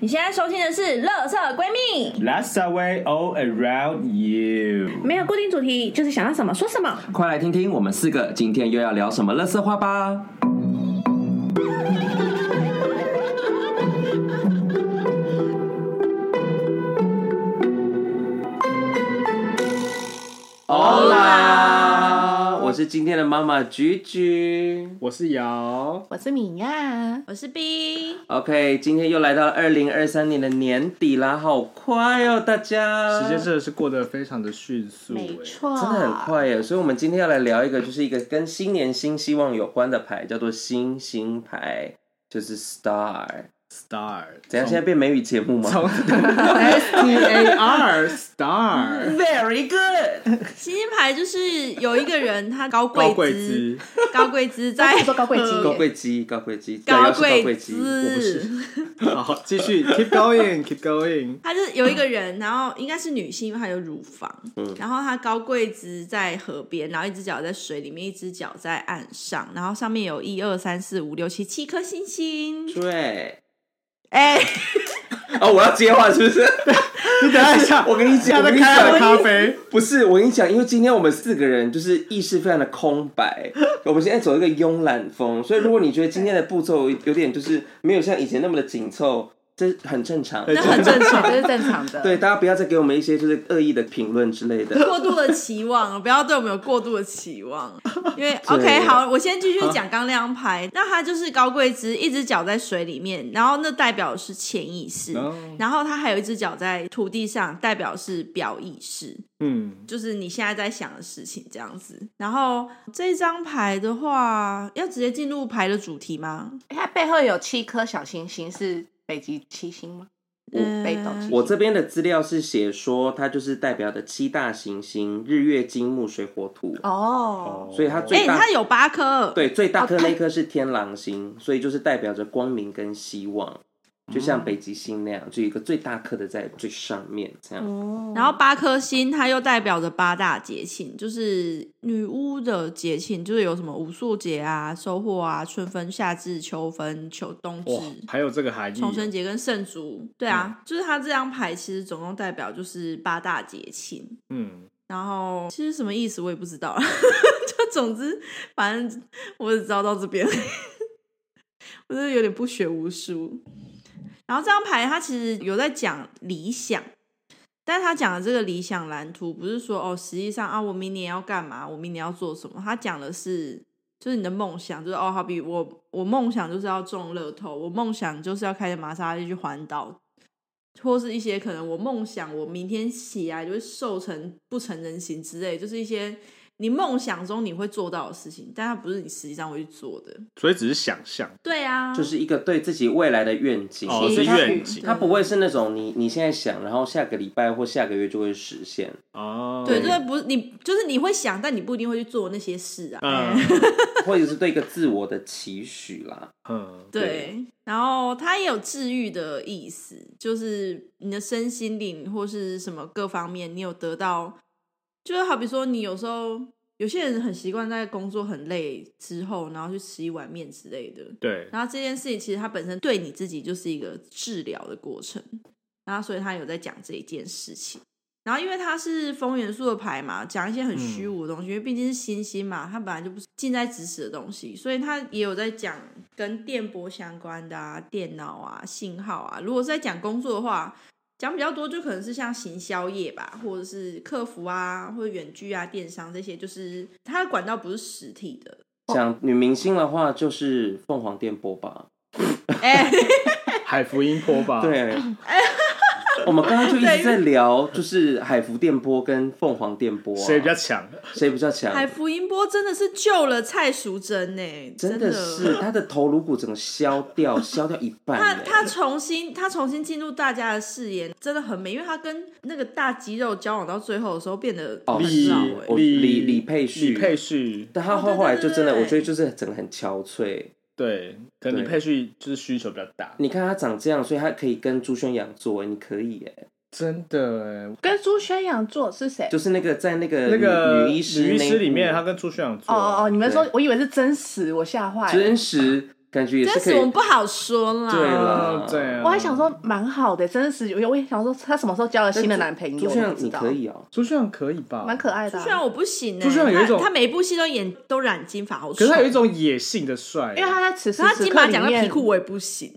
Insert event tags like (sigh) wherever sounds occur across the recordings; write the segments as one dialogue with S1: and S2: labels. S1: 你现在收听的是《乐色闺蜜》，
S2: Let's away all around you。
S1: 没有固定主题，就是想要什么说什么。
S3: 快来听听我们四个今天又要聊什么乐色话吧！欧啦，我是今天的妈妈菊菊。
S2: 我是瑶，
S4: 我是米娅，
S1: 我是 B，
S3: OK，今天又来到二零二三年的年底啦，好快哦，大家！
S2: 时间真的是过得非常的迅速、欸，
S4: 没错，
S3: 真的很快耶，所以我们今天要来聊一个，就是一个跟新年新希望有关的牌，叫做星星牌，就是 star。
S2: Star，
S3: (laughs) 怎样？现在变美语节目吗
S2: 从 S T A R
S3: 嗯
S2: Star
S3: (laughs) ？Very good，
S5: 星星牌就是有一个人他高
S2: 高
S5: 贵
S2: 贵
S5: 姿，
S2: 姿，
S5: 高贵姿在
S4: 说高贵姿
S5: 呃
S3: 高贵鸡，高贵鸡，对
S5: 高
S3: 要是高
S5: 贵
S3: 贵鸡，我不是。
S5: 姿，
S2: 好，继续 Keep going，Keep going。
S5: (laughs) 他就是有一个人，然后应该是女性，因为她有乳房，
S3: 嗯
S5: 然后她高贵姿在河边，然后一只脚在水里面，一只脚在岸上，然后上面有一二三四五六七七颗星星，
S3: (laughs) 对，
S5: (laughs) 哎、
S3: (laughs) 哦，我要接话是不是？ (laughs)
S2: 你等一下，
S3: 我跟你讲，
S2: 他
S3: 我
S2: 在
S3: 跟你
S2: 开他的
S3: 讲，
S2: 咖啡，
S3: 不是，我跟你讲，因为今天我们四个人就是意识非常的空白，我们现在走一个慵懒风，所以如果你觉得今天的步骤有点就是没有像以前那么的紧凑，这很正常。
S5: 那很正常，
S4: (laughs) 这是正常的。
S3: 对，大家不要再给我们一些就是恶意的评论之类的。
S5: 过度的期望，不要对我们有过度的
S3: (laughs)
S5: 期望，因为 OK 好，我先继续讲刚亮牌，那它就是高贵之，一只脚在水里面，然后那代表的是潜意识
S2: 哦，
S5: 然后它还有一只脚在土地上，代表是表意识，
S2: 嗯，
S5: 就是你现在在想的事情这样子。然后这张牌的话，要直接进入牌的主题吗？
S4: 哎它背后有七颗小星星，是北极七星吗？五
S5: 嗯
S4: 北斗七星。
S3: 我这边的资料是写说，它就是代表的七大行星：日月金木水火土。
S4: 哦，
S3: 所以他最
S5: 哎、
S3: 大
S5: 它有八颗，
S3: 对，最大颗
S4: 哦它
S3: 那颗是天狼星，所以就是代表着光明跟希望，就
S4: 嗯
S3: 像北极星那样，就一个最大颗的在最上面这
S4: 嗯
S3: 样。
S5: 然后八颗星，它又代表着八大节庆，就是女巫的节庆，就是有什么武术节啊、收获啊、春分、夏至、秋分、秋冬至
S2: 哇、，还有这个含义啊
S5: 重生节跟圣烛。对
S3: 嗯
S5: 啊，就是它这张牌其实总共代表就是八大节庆。
S2: 嗯，
S5: 然后其实什么意思我也不知道啦， (laughs) 就总之反正我只知道到这边， (laughs) 我真的有点不学无术。然后这张牌它其实有在讲理想，但是他讲的这个理想蓝图不是说哦，实际上啊我明年要干嘛，我明年要做什么，他讲的是就是你的梦想，就是哦，好比我我梦想就是要中乐透，我梦想就是要开着玛莎拉蒂去环岛。或是一些可能我梦想，我明天起来就会瘦成不成人形之类，就是一些你梦想中你会做到的事情，但它不是你实际上会去做的。
S2: 所以只是想象
S5: 对啊，
S3: 就是一个对自己未来的愿景，
S2: 哦，
S3: 所
S2: 是
S3: 以它
S2: 愿景
S3: 它不会是那种你你现在想，然后下个礼拜或下个月就会实现。
S2: 哦，
S5: 对，就是不是你，就是你会想，但你不一定会去做那些事啊。
S2: 嗯
S3: 或者是对一个自我的期许啦。
S2: 嗯，
S5: (laughs) 对，然后它也有治愈的意思，就是你的身心灵或是什么各方面，你有得到，就是好比说你有时候有些人很习惯在工作很累之后，然后去吃一碗面之类的，
S2: 对，
S5: 然后这件事情其实它本身对你自己就是一个治疗的过程，然后所以他有在讲这一件事情。然后因为它是风元素的牌嘛，讲一些很虚无的东西，因为毕竟是星星嘛，它本来就不是近在咫尺的东西，所以它也有在讲跟电波相关的啊、电脑啊、信号啊。如果是在讲工作的话，讲比较多就可能是像行销业吧，或者是客服啊，或者远距啊、电商这些，就是它的管道不是实体的。
S3: 讲女明星的话，就是凤凰电波吧。
S5: 哎、
S2: 海福音坡吧，，
S3: 对，我们刚刚就一直在聊，就是海福电波跟凤凰电波、啊，
S2: 谁比较强？
S3: 谁比较强？
S5: 海福音波真的是救了蔡淑珍呢、
S3: 真
S5: 的
S3: 的是他的头颅骨整个削掉，削掉一半
S5: 他
S3: 欸。
S5: 他重新他重新进入大家的视野，真的很美，因为他跟那个大肌肉交往到最后的时候变得
S3: 哦
S5: 很
S2: 李
S5: 老
S3: 我
S5: 哎、
S3: 李李佩旭
S2: 李佩旭，
S3: 但他
S5: 哦
S3: 后
S5: 对
S3: 后来就真的，
S5: 对对
S3: 我觉得就是整个很憔悴。
S2: 对，嗯可能李
S3: 对
S2: 佩旭就是需求比较大，
S3: 你看他长这样，所以他可以跟朱宣阳做，你可以哎，
S2: 真的哎，
S4: 跟朱宣阳做是谁？
S3: 就是那个在那
S4: 呃
S3: 个
S2: 那个
S3: 女女医
S2: 女
S3: 师
S2: 医
S3: 那一
S2: 师里面，
S3: 部
S4: 哦
S2: 他跟朱旭阳做，
S4: 哦哦，哦，你们说
S3: 对，
S4: 我以为是真实，我吓坏了。
S3: 真实感觉也
S5: 但
S3: 是可
S5: 是我们
S3: 以。
S5: 不好说啦。
S3: 对
S2: 嗯
S3: 了，
S2: 对啊。
S4: 哦我还想，说蛮好的，真的是有，我也想说她什么时候交了新的男朋友，
S3: 朱
S4: 我
S3: 炫
S4: 都不知
S3: 你
S4: 道
S3: 可，以哦，
S2: 朱炫可以吧？
S4: 蛮可爱的啊、
S5: 虽然我不行、欸，
S2: 朱轩有一种
S5: 他他每一部戏都演都染金发，好丑。
S2: 可是他有一种野性的帅，啊
S4: 因为他在此时
S5: 可是他
S4: 此
S5: 金
S4: 刻
S5: 马
S4: 里
S5: 奖的
S4: 面
S5: 皮，裤我也不行，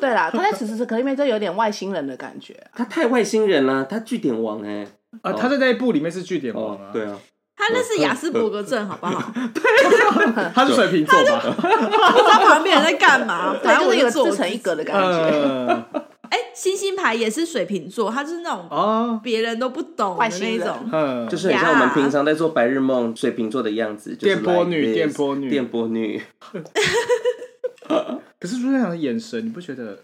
S4: 对啦，他在此时此刻里面就有点外星人的感觉。
S3: 他太外星人了，他据点王哎。
S2: 啊，他在那一部里面是据点王
S3: 哦
S2: 啊，，
S3: 对，啊，
S5: 他那是雅斯伯格症，好不好？
S2: 他是水瓶座吧？
S5: 不知道旁边人在干嘛，
S4: (laughs) 对，
S5: 反正
S4: 就
S5: 我
S4: 是有
S5: 做我
S4: 自成一格 (laughs) 的感觉，
S2: 呃，
S5: 哎、星星牌也是水瓶座，他就是那种
S2: 哦，
S5: 别人都不懂的
S4: 外
S5: 那
S4: 星人
S5: 种。
S2: 嗯，
S3: 就是很像我们
S5: 呀
S3: 平常在做白日梦水瓶座的样子，就是
S2: 电波
S3: like
S2: 女
S3: this，
S2: 电波女
S3: 电波女，
S2: 可是朱建阳的眼神，你不觉得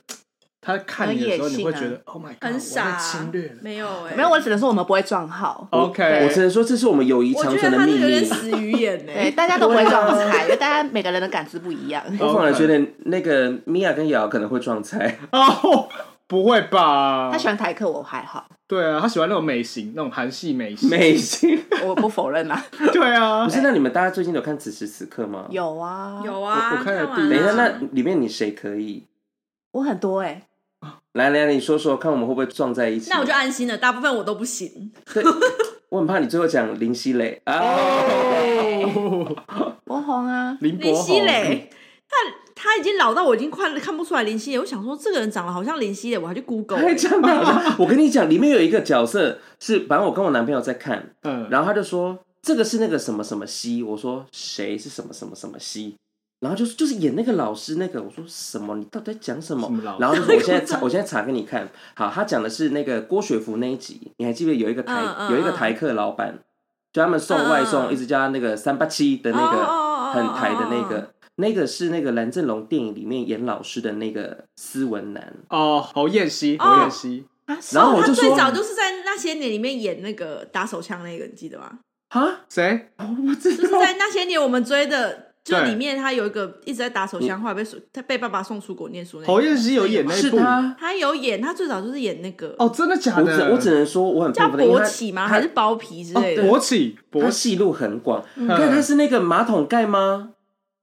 S2: 他看你的时候，
S4: 很野性啊
S2: 你会觉得 Oh my God，
S5: 很傻
S2: 我被侵略了。
S5: 没有哎、
S4: 没有，我只能说我们不会
S3: (laughs)
S4: 撞号。
S2: OK，
S3: 我只能说这是我们友谊
S5: 我
S3: 长
S5: 觉
S3: 存
S5: 得
S3: 的
S5: 他
S3: 秘
S5: 是有点
S3: 密。
S5: 死鱼
S3: (laughs)
S5: 眼哎、
S4: 对，大家都不会撞菜，因为大家每个人的感知不一样。
S3: 我反而觉得那个米娅跟瑶可能会撞菜，
S2: (laughs) 哦，不会吧
S4: 他？喜欢台客，我还好，
S2: 对啊，他喜欢那种美型，那种韩系美型。
S3: 美心。
S4: 我不否认啦。
S2: 对啊
S3: 不，是，那你们大家最近有看此时此刻吗？。
S4: (laughs) 有啊，，
S5: 有啊，
S2: 我我看了
S5: 完
S2: 第一
S3: 等一下，
S2: 集
S3: 那里面你谁可以？
S4: 我很多哎，
S3: 来来，你说说看，我们会不会撞在一起？
S5: 那我就安心了，大部分我都不行。 (laughs)
S3: 对，我很怕你最后讲林熙蕾啊，
S2: 哦，
S4: 博红啊，
S2: 林
S5: 林
S2: 柏
S5: 熙
S2: 宏，
S5: 蕾，他他已经老到我已经快看不出来林熙蕾，我想说这个人长得好像林熙蕾，我还去 Google 欸、
S2: (laughs)
S3: 太讲到了。 (laughs) 我跟你讲，里面有一个角色是，反正我跟我男朋友在看，
S2: 嗯，
S3: 然后他就说这个是那个什么什么西，我说谁是什么什么什么西，然后就是就是演那个老师那个，我说什么？你到底在讲什么
S2: 什么老？师
S3: 然后就说我现在查，我现在查给你看。好，他讲的是那个郭雪芙那一集，你还记不记得有一个台
S5: 嗯嗯
S3: 有一个台客老板，就他们送外
S5: 嗯嗯
S3: 送，
S5: 嗯
S3: 一直叫他那个三八七的那
S5: 哦哦哦
S3: 个
S5: 哦
S3: 很台的那
S5: 哦
S3: 个。那个是那个蓝正龙电影里面演老师的那个斯文男，
S2: 哦，侯彦希，侯彦希，
S3: 然后我
S5: 他
S3: 就
S5: 最
S3: 说
S5: 早就是在那些年里面演那个打手枪那个，你记得吗？
S3: 啊，
S2: 谁？
S3: 我不知
S5: 就是
S3: 道，
S5: 在那些年我们追的，就
S2: 对
S5: 里面他有一个一直在打
S3: 嗯
S5: 手枪，后来被送他被爸爸送出国念书那个。
S2: 侯彦希有演那一
S3: 是
S2: 部？
S3: 他。
S5: 他有演，他最早就是演那个
S2: 哦，真的假
S3: 我只
S2: 的？
S3: 我只能说我很佩
S5: 叫
S3: 服他，因为
S5: 勃
S3: 他
S5: 起吗？
S3: 他哦
S5: 还是包皮之类的？
S2: 哦勃起，勃
S3: 他
S2: 起，
S3: 戏路很广。
S2: 嗯
S3: 看他是那个马桶盖吗？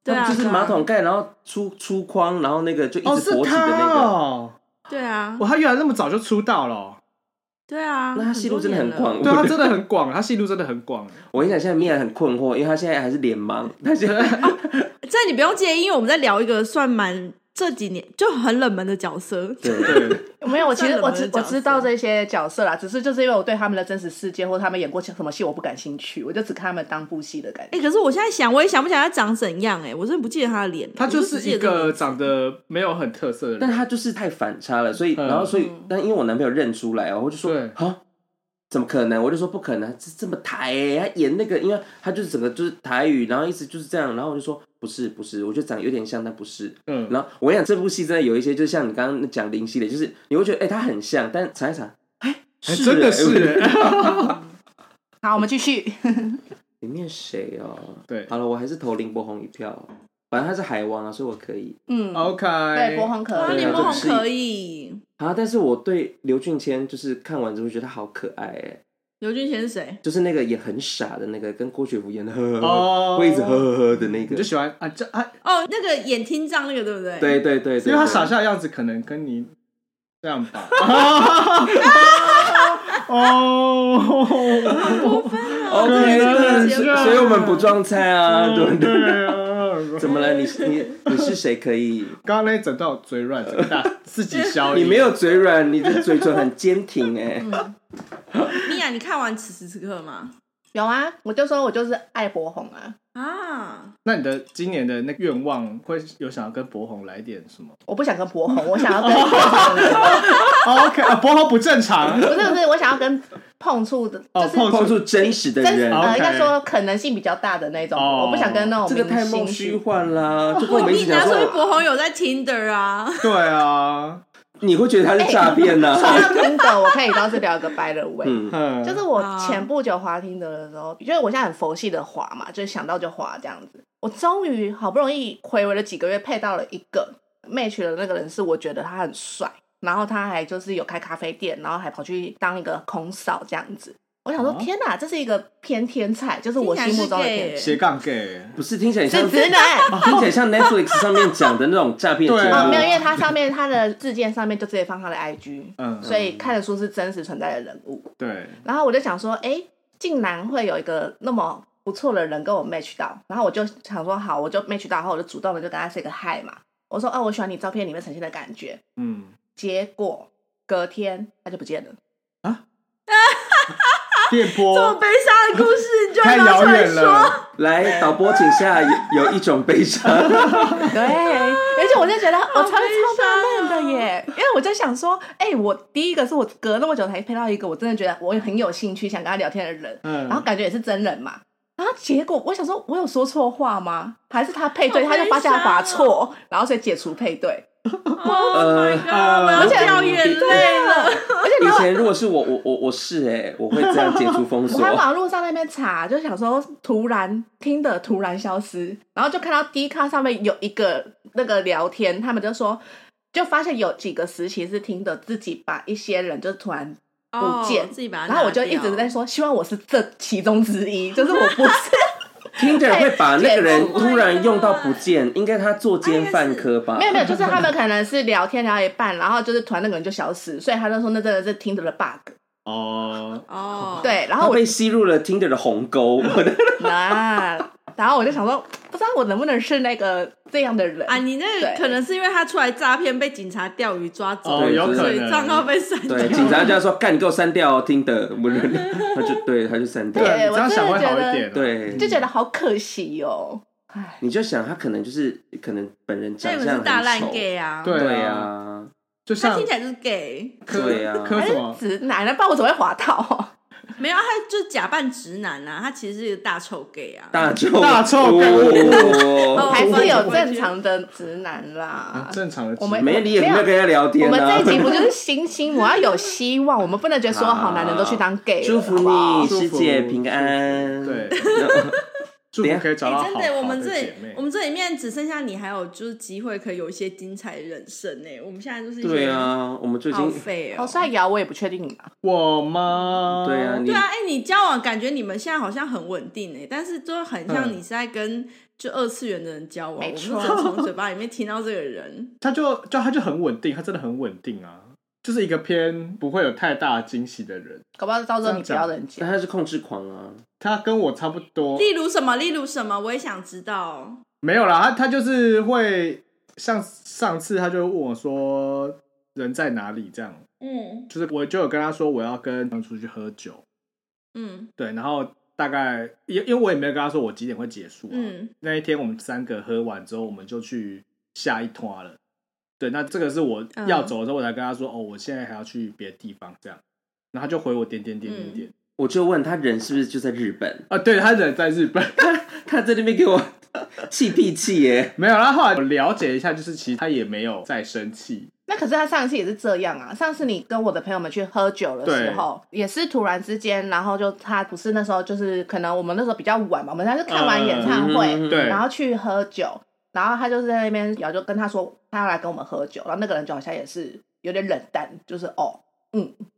S5: 对啊，
S3: 他就是
S5: 对啊
S3: 马桶盖，然后出出框，然后那个就一
S2: 哦，
S3: 直
S2: 是
S3: 勃起的
S2: 他
S3: 那个。
S2: 哦，
S5: 对啊，
S2: 哇，他原来那么早就出道了 (laughs) 哦，
S5: 对啊，
S3: 那他戏路真的很
S5: 多年了。
S3: 广，
S2: 对啊他
S3: 我
S2: 真的很广，他戏路真的很广。
S3: 我跟你讲，现在米娅很困惑，因为她现在还是脸盲，她
S2: (laughs)
S3: 现在。
S5: 这你不用介意，因为我们在聊一个算蛮这几年就很冷门的角色
S3: 对，
S2: 对，
S4: 没有，我 (laughs) 其实
S5: 算冷
S4: 我
S5: 门
S4: 知
S5: 的角
S4: 我
S5: 色
S4: 知道这些角色啦，只是就是因为我对他们的真实世界或他们演过什么戏我不感兴趣，我就只看他们当部戏的感
S5: 哎、
S4: 觉。
S5: 可是我现在想，我也想不起来他长怎样、哎，我真的不记得他的脸，
S2: 他就
S5: 我
S2: 是
S5: 只记
S2: 一
S5: 得这
S2: 个
S5: 名字
S2: 长得没有很特色的
S3: 但
S2: 人。
S3: 她就是太反差了，所以
S2: 嗯
S3: 然后所以，但因为我男朋友认出来哦，我就说
S2: 对
S3: 啊。怎么可能？我就说不可能，这这么台、欸，他演那个，因为他就是整个就是台语，然后一直就是这样，然后我就说不是不是，我觉得长得有点像，但不是。
S2: 嗯，
S3: 然后我跟你讲，这部戏真的有一些，就像你刚刚讲林夕的，就是你会觉得哎、他很像，但查一查，哎、
S2: 还
S3: 是
S2: 真的是
S3: 欸
S2: 欸。
S4: (laughs)
S2: (laughs)
S4: 好，我们继续。
S3: 里面谁哦？
S2: 对
S3: 好了，我还是投林柏宏一票，反正他是海王啊，所以我可以
S2: (laughs)
S4: 嗯，
S2: ，OK，
S4: 对，博红可
S5: 啊，
S4: 爱，
S3: 对
S5: 林柏宏
S3: 就是
S5: 可以。
S3: 啊。但是我对刘俊谦就是看完之后觉得他好可爱哎，
S5: 刘俊贤是谁？
S3: 就是那个也很傻的那个，跟郭雪芙演的呵呵呵，
S2: 哦
S3: 会一直呵呵呵的那
S2: 你
S3: 个
S2: 就，喜欢啊？这啊，
S5: 哦，那个演听障那个，对不对？。
S3: 对对对对
S2: 因为他傻
S3: 对
S2: 笑的样子可能跟你这样 (laughs) 吧。 (laughs) 哦，
S5: 啊
S3: (laughs) ，OK，对
S2: 对对
S3: 所以
S2: 对
S3: 所以我们不撞菜啊，对不对？
S2: 对啊，
S3: 怎么了？你你你是谁可以？
S2: 刚刚那一整段我嘴软，整个大自己消音。
S3: 你没有嘴软，你的嘴唇很坚挺哎、
S4: 嗯
S5: 米娅，你看完此时此刻吗？
S4: 有啊，我就说我就是爱博红啊，
S5: 啊，
S2: 那你的今年的那个愿望会有想要跟博宏来点什么 (laughs)
S4: 我不想跟博 (laughs) 红，我想要跟不
S2: ？OK，啊，博宏不正常。
S4: (laughs) 是不是，我想要跟碰触的，
S2: 哦
S4: 就是
S2: 碰
S3: 碰触真实的
S4: 真
S3: 人，
S2: 好
S4: 呃，
S2: OK
S4: 应该说可能性比较大的那种，
S2: 哦
S4: 我不想跟那种
S3: 这个太
S4: 明
S3: 梦
S4: 星
S3: 虚
S4: 去。
S3: 幻啦，
S4: (laughs)
S3: 就跟我们一
S5: 你
S3: 直讲
S5: 拿说
S3: 说，
S5: 博宏有在 Tinder 啊？
S2: 对 (laughs) 啊，
S3: 你会觉得他是诈骗呐。
S4: (laughs) 说到听的，我可以倒是聊个 by
S3: (laughs)
S4: the way，
S3: 嗯，
S2: 嗯，
S4: 就是我前不久滑听的的时候，因为我现在很佛系的滑嘛，就是想到就滑这样子。我终于好不容易回味了几个月，配到了一个 match 的那个人，是我觉得他很帅，然后他还就是有开咖啡店，然后还跑去当一个空嫂这样子。我想说，
S2: 哦
S4: 天哪，这是一个偏天菜，就是我心目中的天菜。
S2: 斜杠 gay，
S3: 不是听起来
S4: 是
S3: (laughs) 像
S4: 直男
S3: 听起来像 Netflix 上面讲的那种诈
S4: (laughs)
S3: 骗节
S2: 对
S3: 目，
S2: 啊
S4: 啊，没有，因为他上面他的字件上面就直接放他的 IG，
S2: 嗯，
S4: 所以看得出是真实存在的人物。
S2: 对，
S4: 然后我就想说，哎，竟然会有一个那么不错的人跟我 match 到，然后我就想说，好，我就 match 到，然后我就主动的就跟他 say 个 hi 嘛，我说，哦，我喜欢你照片里面呈现的感觉。
S2: 嗯，
S4: 结果隔天他就不见了，
S2: 啊电
S5: 这么
S2: 波
S5: 悲伤的故事，你居
S2: 太
S5: 然拿
S2: 遥
S5: 出来
S2: 远
S5: 说，
S2: 了，
S3: 来导播请下有有一种悲
S4: (laughs) 哦
S3: (laughs) 伤，
S4: 对，而且我就觉得我超超
S5: 悲伤
S4: 纳闷的耶，因为我就想说，哎、我第一个是我隔那么久才配到一个我真的觉得我很有兴趣想跟他聊天的人，
S2: 嗯，
S4: 然后感觉也是真人嘛。然后结果我想说，我有说错话吗？还是他配对，
S5: 好悲
S4: 他就发现他划
S5: 伤哦
S4: 错，然后所以解除配对？
S5: Oh my (laughs) god！
S2: 呃
S5: 我要
S2: 而
S4: 且
S5: 掉眼泪了。
S3: 以前如果是我，我我我是哎、我会这样解
S4: (laughs)
S3: 除封
S4: 我
S3: 锁
S4: 在。网络上那边查，就想说突然听的突然消失，然后就看到 D 卡上面有一个那个聊天，他们就说，就发现有几个时期是听的自己把一些人就突然，
S5: 哦
S4: 不见
S5: 自己把它拿掉。
S4: 然后我就一
S5: 啊
S4: 直在说，希望我是这其中之一，就是我不是，
S3: Tinder 会把那个人
S4: 解
S5: 除
S3: 突然用到不见，应该他作奸犯科吧？
S4: 没有没有，就是他们可能是聊天聊到一半，然后就是突然那个人就消失，所以他就说那真的是听的的 bug，
S2: 哦，
S5: 哦，，
S4: 对，然后
S3: 他 (laughs)
S4: 我
S3: 被吸入了 Tinder 的鸿沟。我的
S4: 啊，然后我就想说，不知道我能不能是那个这样的人
S5: 啊，你那个
S4: 对
S5: 可能是因为他出来诈骗被警察钓鱼抓走，
S2: 哦，
S3: 对
S2: 有
S5: 所
S2: 可
S5: 以
S2: 能，
S5: 账号被删 (laughs) 掉。
S3: 对，警察就要说干，你给我删掉哦 Tinder，我
S5: (laughs)
S3: 人他就对，他就删掉。
S4: 对
S2: 对，你这
S4: 我
S2: 样
S4: 真的
S2: 想会
S4: 觉
S2: 好一
S4: 得
S2: 点，，哦
S3: 对，
S4: 就觉得好可惜哦。唉，
S3: 你就想他可能就是可能本人
S5: 所以
S3: 长
S5: 你们
S3: 相
S5: 是大烂
S3: 很丑
S5: gay 啊？
S3: 对
S2: 对啊，
S3: 啊，
S2: 就
S5: 他
S2: 像
S5: 听起来就是 gay，
S2: 科
S3: 对啊
S2: 科
S4: 还
S2: 什
S4: 是
S2: 么？
S4: 直男，啊那不然我怎么会滑到、
S5: 没有，他就假扮直男啊，他其实是一个大臭 gay 啊。
S3: 大
S4: (laughs)
S3: 臭
S2: 大臭
S5: 哦
S4: 还是有
S5: 这
S4: 正常的直男啦
S5: 哎啊
S2: 很。正常的直，
S4: 我
S3: (laughs)
S4: 们
S3: 没你也没有跟人家聊
S4: 我
S3: 天
S4: 们
S3: 啊
S4: 这一。集不就是星星？我要有希望，我们不能觉得所有好男人都去当 gay
S3: (laughs)
S4: 了。
S3: 祝福
S4: 好不好
S3: 你，
S2: 祝福
S3: 师姐平安。
S4: (laughs)
S2: 对，祝
S3: 等一
S2: 福
S3: 下
S2: 可以找
S5: 嗯哎
S2: 到
S5: 真
S2: 好
S5: 的，我们
S2: 好的
S5: 这里
S2: 姐妹
S5: 我们这里面只剩下你，还有就是机会可以有一些精彩的人生呢。我们现在就是一些
S3: 对，啊，我们最
S5: 好
S3: 近
S5: 废
S4: 好
S5: 哦。
S4: 帅瑶，我也不确定啊。
S2: 我吗？
S3: 对啊，，你
S5: 对啊，哎、你交往感觉你们现在好像很稳定哎、但是就很像
S2: 嗯
S5: 你是在跟就二次元的人交往，
S4: 没
S5: 我们就
S4: 错
S5: 只能从嘴巴里面听到这个人。
S2: 他就就他就很稳定，他真的很稳定啊，就是一个偏不会有太大惊喜的人。
S4: 搞不好到时候你不要人
S3: 但
S4: 家。
S3: 他是控制狂啊，
S2: 他跟我差不多，
S5: 例如什么？例如什么？我也想知道。
S2: 没有啦，他他就是会像上次他就问我说人在哪里这样，
S5: 嗯
S2: 就是我就有跟他说我要跟他出去喝酒，
S5: 嗯
S2: 对，然后大概因因为我也没有跟他说我几点会结束、啊，
S5: 嗯，
S2: 那一天我们三个喝完之后，我们就去下一团了。对，那这个是我
S5: 嗯
S2: 要走的时候，我才跟他说，哦，我现在还要去别的地方，这样。然后他就回我点点点点点。
S3: 我就问他人是不是就在日本？
S2: 啊，对他人在日本， (laughs)
S3: 他在那边给我气屁气耶，
S2: 没有。然后后来我了解一下，就是其实他也没有在生气。
S4: 那可是他上一次也是这样啊。上次你跟我的朋友们去喝酒的时候，也是突然之间，然后就他不是那时候就是可能我们那时候比较晚嘛，我们那是看完演唱会，
S3: 嗯
S2: 对，
S4: 然后去喝酒，然后他就是在那边，然后就跟他说他要来跟我们喝酒，然后那个人就好像也是有点冷淡，就是哦，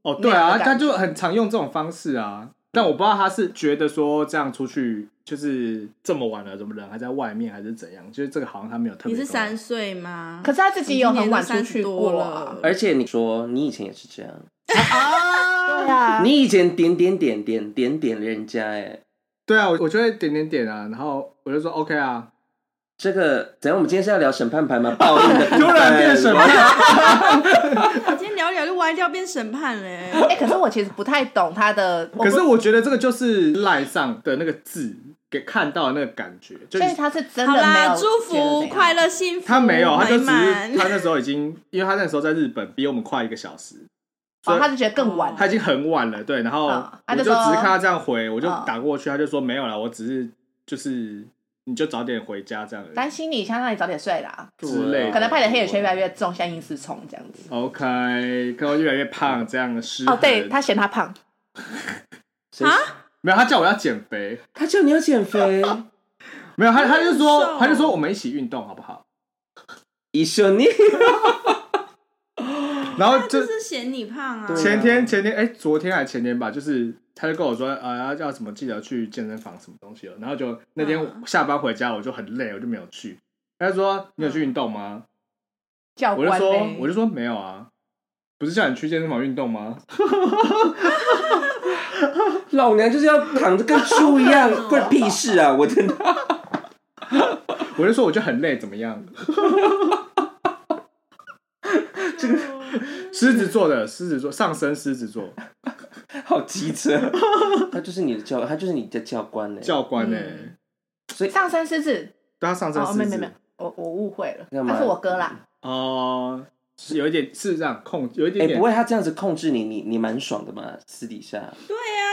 S2: 哦，对啊，
S4: 那个感觉
S2: 他就很常用这种方式啊。但我不知道他是觉得说这样出去就是这么晚了，怎么人还在外面，还是怎样？就是这个好像他没有特别
S5: 你
S2: 跟我。
S5: 是三岁吗？
S4: 可是他自己有很晚
S5: 你今
S4: 出
S5: 年都
S4: 去
S5: 30
S4: 过
S5: 多
S4: 啊
S5: 了，
S3: 而且你说你以前也是这样，
S4: 对啊，
S3: 你以前点点点点点点人家哎，
S2: 对啊，我我就会点点点啊，然后我就说 OK 啊，
S3: 这个怎样？我们今天是要聊审判
S2: (laughs)
S3: 牌吗？报应的部分
S2: 突然变审判，
S5: 我今天聊一聊就歪掉变审判欸嘞、
S4: 哎、可是我其实不太懂他的，我
S2: 可是
S4: 不
S2: 我觉得这个就是赖上的那个字给看到的那个感觉，就
S4: 所
S2: 是
S4: 以他是真的
S5: 好
S4: 没
S5: 啦，
S4: 有
S5: 祝
S4: 觉得怎
S5: 福
S4: 样
S5: 快乐幸福，
S2: 他没有，他就
S5: 美
S2: 只
S5: 满
S2: 是他那时候已
S4: (laughs)
S2: 经，因为他那时候在日本比我们快一个小时，所
S4: 哦，
S2: 以
S4: 他就觉得更晚，
S2: 他已经很晚了，对，然后
S4: 嗯他
S2: 我
S4: 就
S2: 就只
S4: 说哦
S2: 是看他这样回，我就
S4: 嗯
S2: 打过去，他就说没有啦，我只是就是你就早点回家这样而
S4: 担
S2: 已
S4: 心你想让你早点睡啦，
S2: 之类的，
S4: 可能拍的黑眼圈越来越重，像应思虫这样子。
S2: OK，可能我越来越胖这样的失
S4: 哦，对
S2: 衡
S4: 他嫌他胖，
S3: 啊！
S2: 没有，他叫我要减肥。
S3: 他叫你要减肥，
S2: 没有，他他就
S5: 很
S4: 哦
S2: 说，
S5: 瘦
S2: 他就说我们一起运动好不好？
S3: 一緒你
S2: 然后就
S5: 就是嫌你胖啊。啊
S3: 对
S2: 前天前天哎、昨天还前天吧，就是他就跟我说，呃，要什么记得去健身房什么东西了。然后就那天
S5: 嗯
S2: 下班回家，我就很累，我就没有去。他就说你有去运动吗？
S4: 教
S2: 我就
S4: 官
S2: 说
S4: 嘞，
S2: 我就说没有啊，不是叫你去健身房运动吗？
S3: 老娘就是要躺着跟猪一样，
S2: (laughs)
S3: 关你屁事啊！我真的，
S2: 我就说我就很累，怎么样？
S5: 这个
S2: 狮子座的狮子座上升狮子座
S3: 好机
S2: (laughs)
S3: 车，他就是你的教，他就是你的教官欸呢、
S2: 教官呢、欸
S5: 嗯
S4: 上身狮子
S2: 对他上升
S4: 哦，
S2: 狮
S4: 没
S2: 子
S4: 没没，我我误会了，
S3: 干嘛
S4: 他是我哥啦。
S2: 哦，是有一点是这样控，有一
S3: 哎、
S2: 点点
S3: 不会，他这样子控制你，你你蛮爽的嘛？私底下，
S5: 对啊，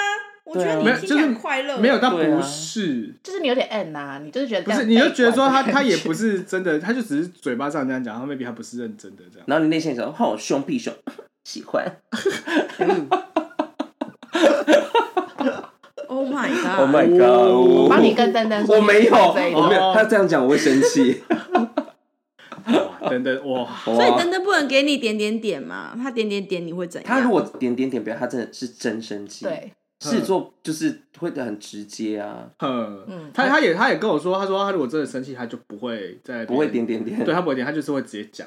S5: 我觉
S3: 对啊
S5: 得
S2: 没
S5: 你
S2: 有
S5: 已
S2: 就
S5: 经
S2: 是
S5: 很快乐了，
S2: 没有到
S3: 对啊
S2: 不是。
S4: 就是你有点 N 呐、你就是觉得
S2: 不
S4: 这样
S2: 是，你就
S4: 被
S2: 觉得说
S4: 管
S2: 他
S4: 的
S2: 他也
S4: 感觉 (laughs)
S2: 不是真的，他就只是嘴巴上这样讲，他 maybe 他不是认真的这样。
S3: 然后你内心想，好凶屁凶，喜欢。
S5: ，Oh my
S2: 啊
S3: Oh
S5: god，
S3: my god！
S2: 我
S4: 我帮你跟丹丹说，
S3: 我没有，
S4: 这一
S3: 我
S4: 段
S3: 没
S2: 哦
S3: 有。他这样讲我会生
S2: (laughs)
S3: 气。
S2: 哇等等，哇，
S5: 所以
S3: 哇，
S5: 登登不能给你点点点嘛？他点点点你会怎样？
S3: 他如果点点点，表示他真的是真生气。，
S4: 对，
S3: 狮子座就是会很直接啊，
S2: 嗯
S4: 嗯，
S2: 他他也他也跟我说，他说他如果真的生气，他就不会再
S3: 不会点，点点。
S2: 嗯对他不会点，他就是会直接讲，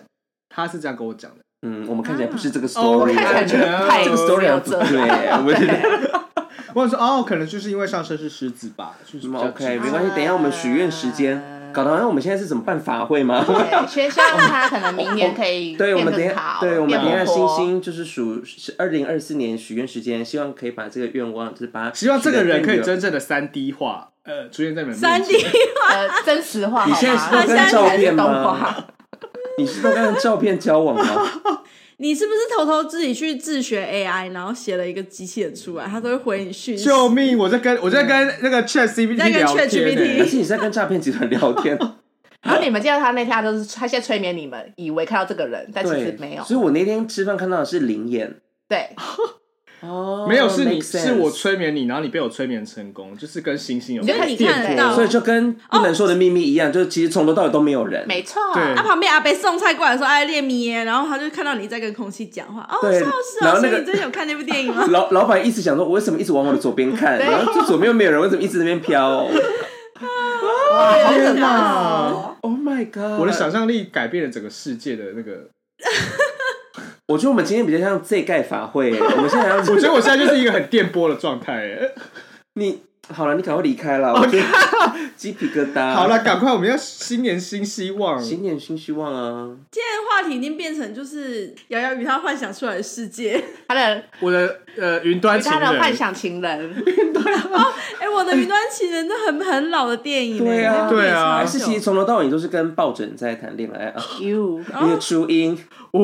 S2: 他是这样跟我讲的。
S3: 嗯，我们看起来不是这个
S2: 哦
S3: story，、
S4: 啊
S3: 啊
S4: 看起来就是太
S3: 这个 story 好像不对，
S4: (laughs)
S3: 我觉得
S2: (laughs) 我想说哦，可能就是因为上身是狮子吧，就是比较
S3: 嗯 OK，
S2: 直
S3: 没关系。等一下我们许愿时间，搞得好像我们现在是怎么办法会吗？
S4: 对，学校他可能明年可以
S3: 对，我
S4: 变
S3: 们等一
S4: 更
S3: 下，
S4: 好，
S3: 对我们
S4: 变
S3: 等一下
S4: 活
S3: 星
S4: 泼
S3: 星就是数是二零二四年许愿时间，希望可以把这个愿望就是把它
S2: 希望这个人可以
S3: 许得更
S2: 真正的三 D 化，呃，出现在你们面前
S5: 三 D
S4: 呃真实话好吗，
S3: 你现在是都
S5: 跟
S4: 那
S5: 照
S4: 才是
S3: 片吗
S4: 动画
S3: 远。你是都跟照片交往
S4: (laughs)
S3: 吗？
S5: (laughs) 你是不是偷偷自己去自学 AI，然后写了一个机器人出来，他都会回你讯息？
S2: 救命！我在跟我在跟那个 Chat
S5: 在
S2: GPT
S5: 跟
S2: 聊
S5: ChatGPT
S2: 天
S3: 而
S2: 呢，
S3: 且你是在跟诈骗集团聊天，
S4: 然后你们见到他那天，他就是他现在催眠你们，以为看到这个人，但其实
S3: 对，
S4: 没有。
S3: 所以我那天吃饭看到的是灵眼，
S4: 对，
S3: 哦
S2: 没有是你是我，催眠你，然后你被我催眠成功，就是跟星星有
S5: 就
S2: 关哎
S5: 是你看得到，
S3: 所以就跟不能说的秘密一样，就是其实从头到尾都没有人。
S4: 没错。
S2: 对
S5: 他啊旁边阿北送菜过来说：“哎，练米耶。”然后他就看到你在跟空气讲话。哦，
S3: 对
S5: 是哦，是
S3: 然
S5: 哦。
S3: 后那
S5: 所以
S3: 个？
S5: 你真的有看那部电影吗
S3: (laughs) 老老板一直想说，我为什么一直往我的左边看，然后就左边又没有人，为什么一直在那边
S2: (laughs)
S3: 飘
S4: 哇，好可
S5: 天
S4: 怕
S5: 哪
S4: 哦！
S3: ？Oh my god！
S2: 我的想象力改变了整个世界的那个，
S3: 我觉得我们今天比较像 Z 盖法会，我们现在要，
S2: 我觉得我现在就是一个很电波的状态。哎
S3: 你好了，你赶快离开
S2: (laughs)
S3: 了，我觉得 (laughs) 鸡皮疙瘩。
S2: 好了，，赶快，我们要新年新希望。
S3: 新年新希望啊！
S5: 现在话题已经变成就是瑶瑶与她幻想出来的世界。 (laughs)
S4: 他的
S2: 我的呃，云端
S4: 与
S2: 情
S4: 他的幻
S2: 人，
S4: 想情人，
S5: 哎、我的《云端情人》那很很老的电影呢，欸
S3: 对啊
S5: 那部也
S2: 对啊
S5: 超
S3: 还
S5: 久
S3: 是其实从头到尾都是跟抱枕在谈恋爱啊！
S4: you，
S3: 你的初音，
S2: 哦，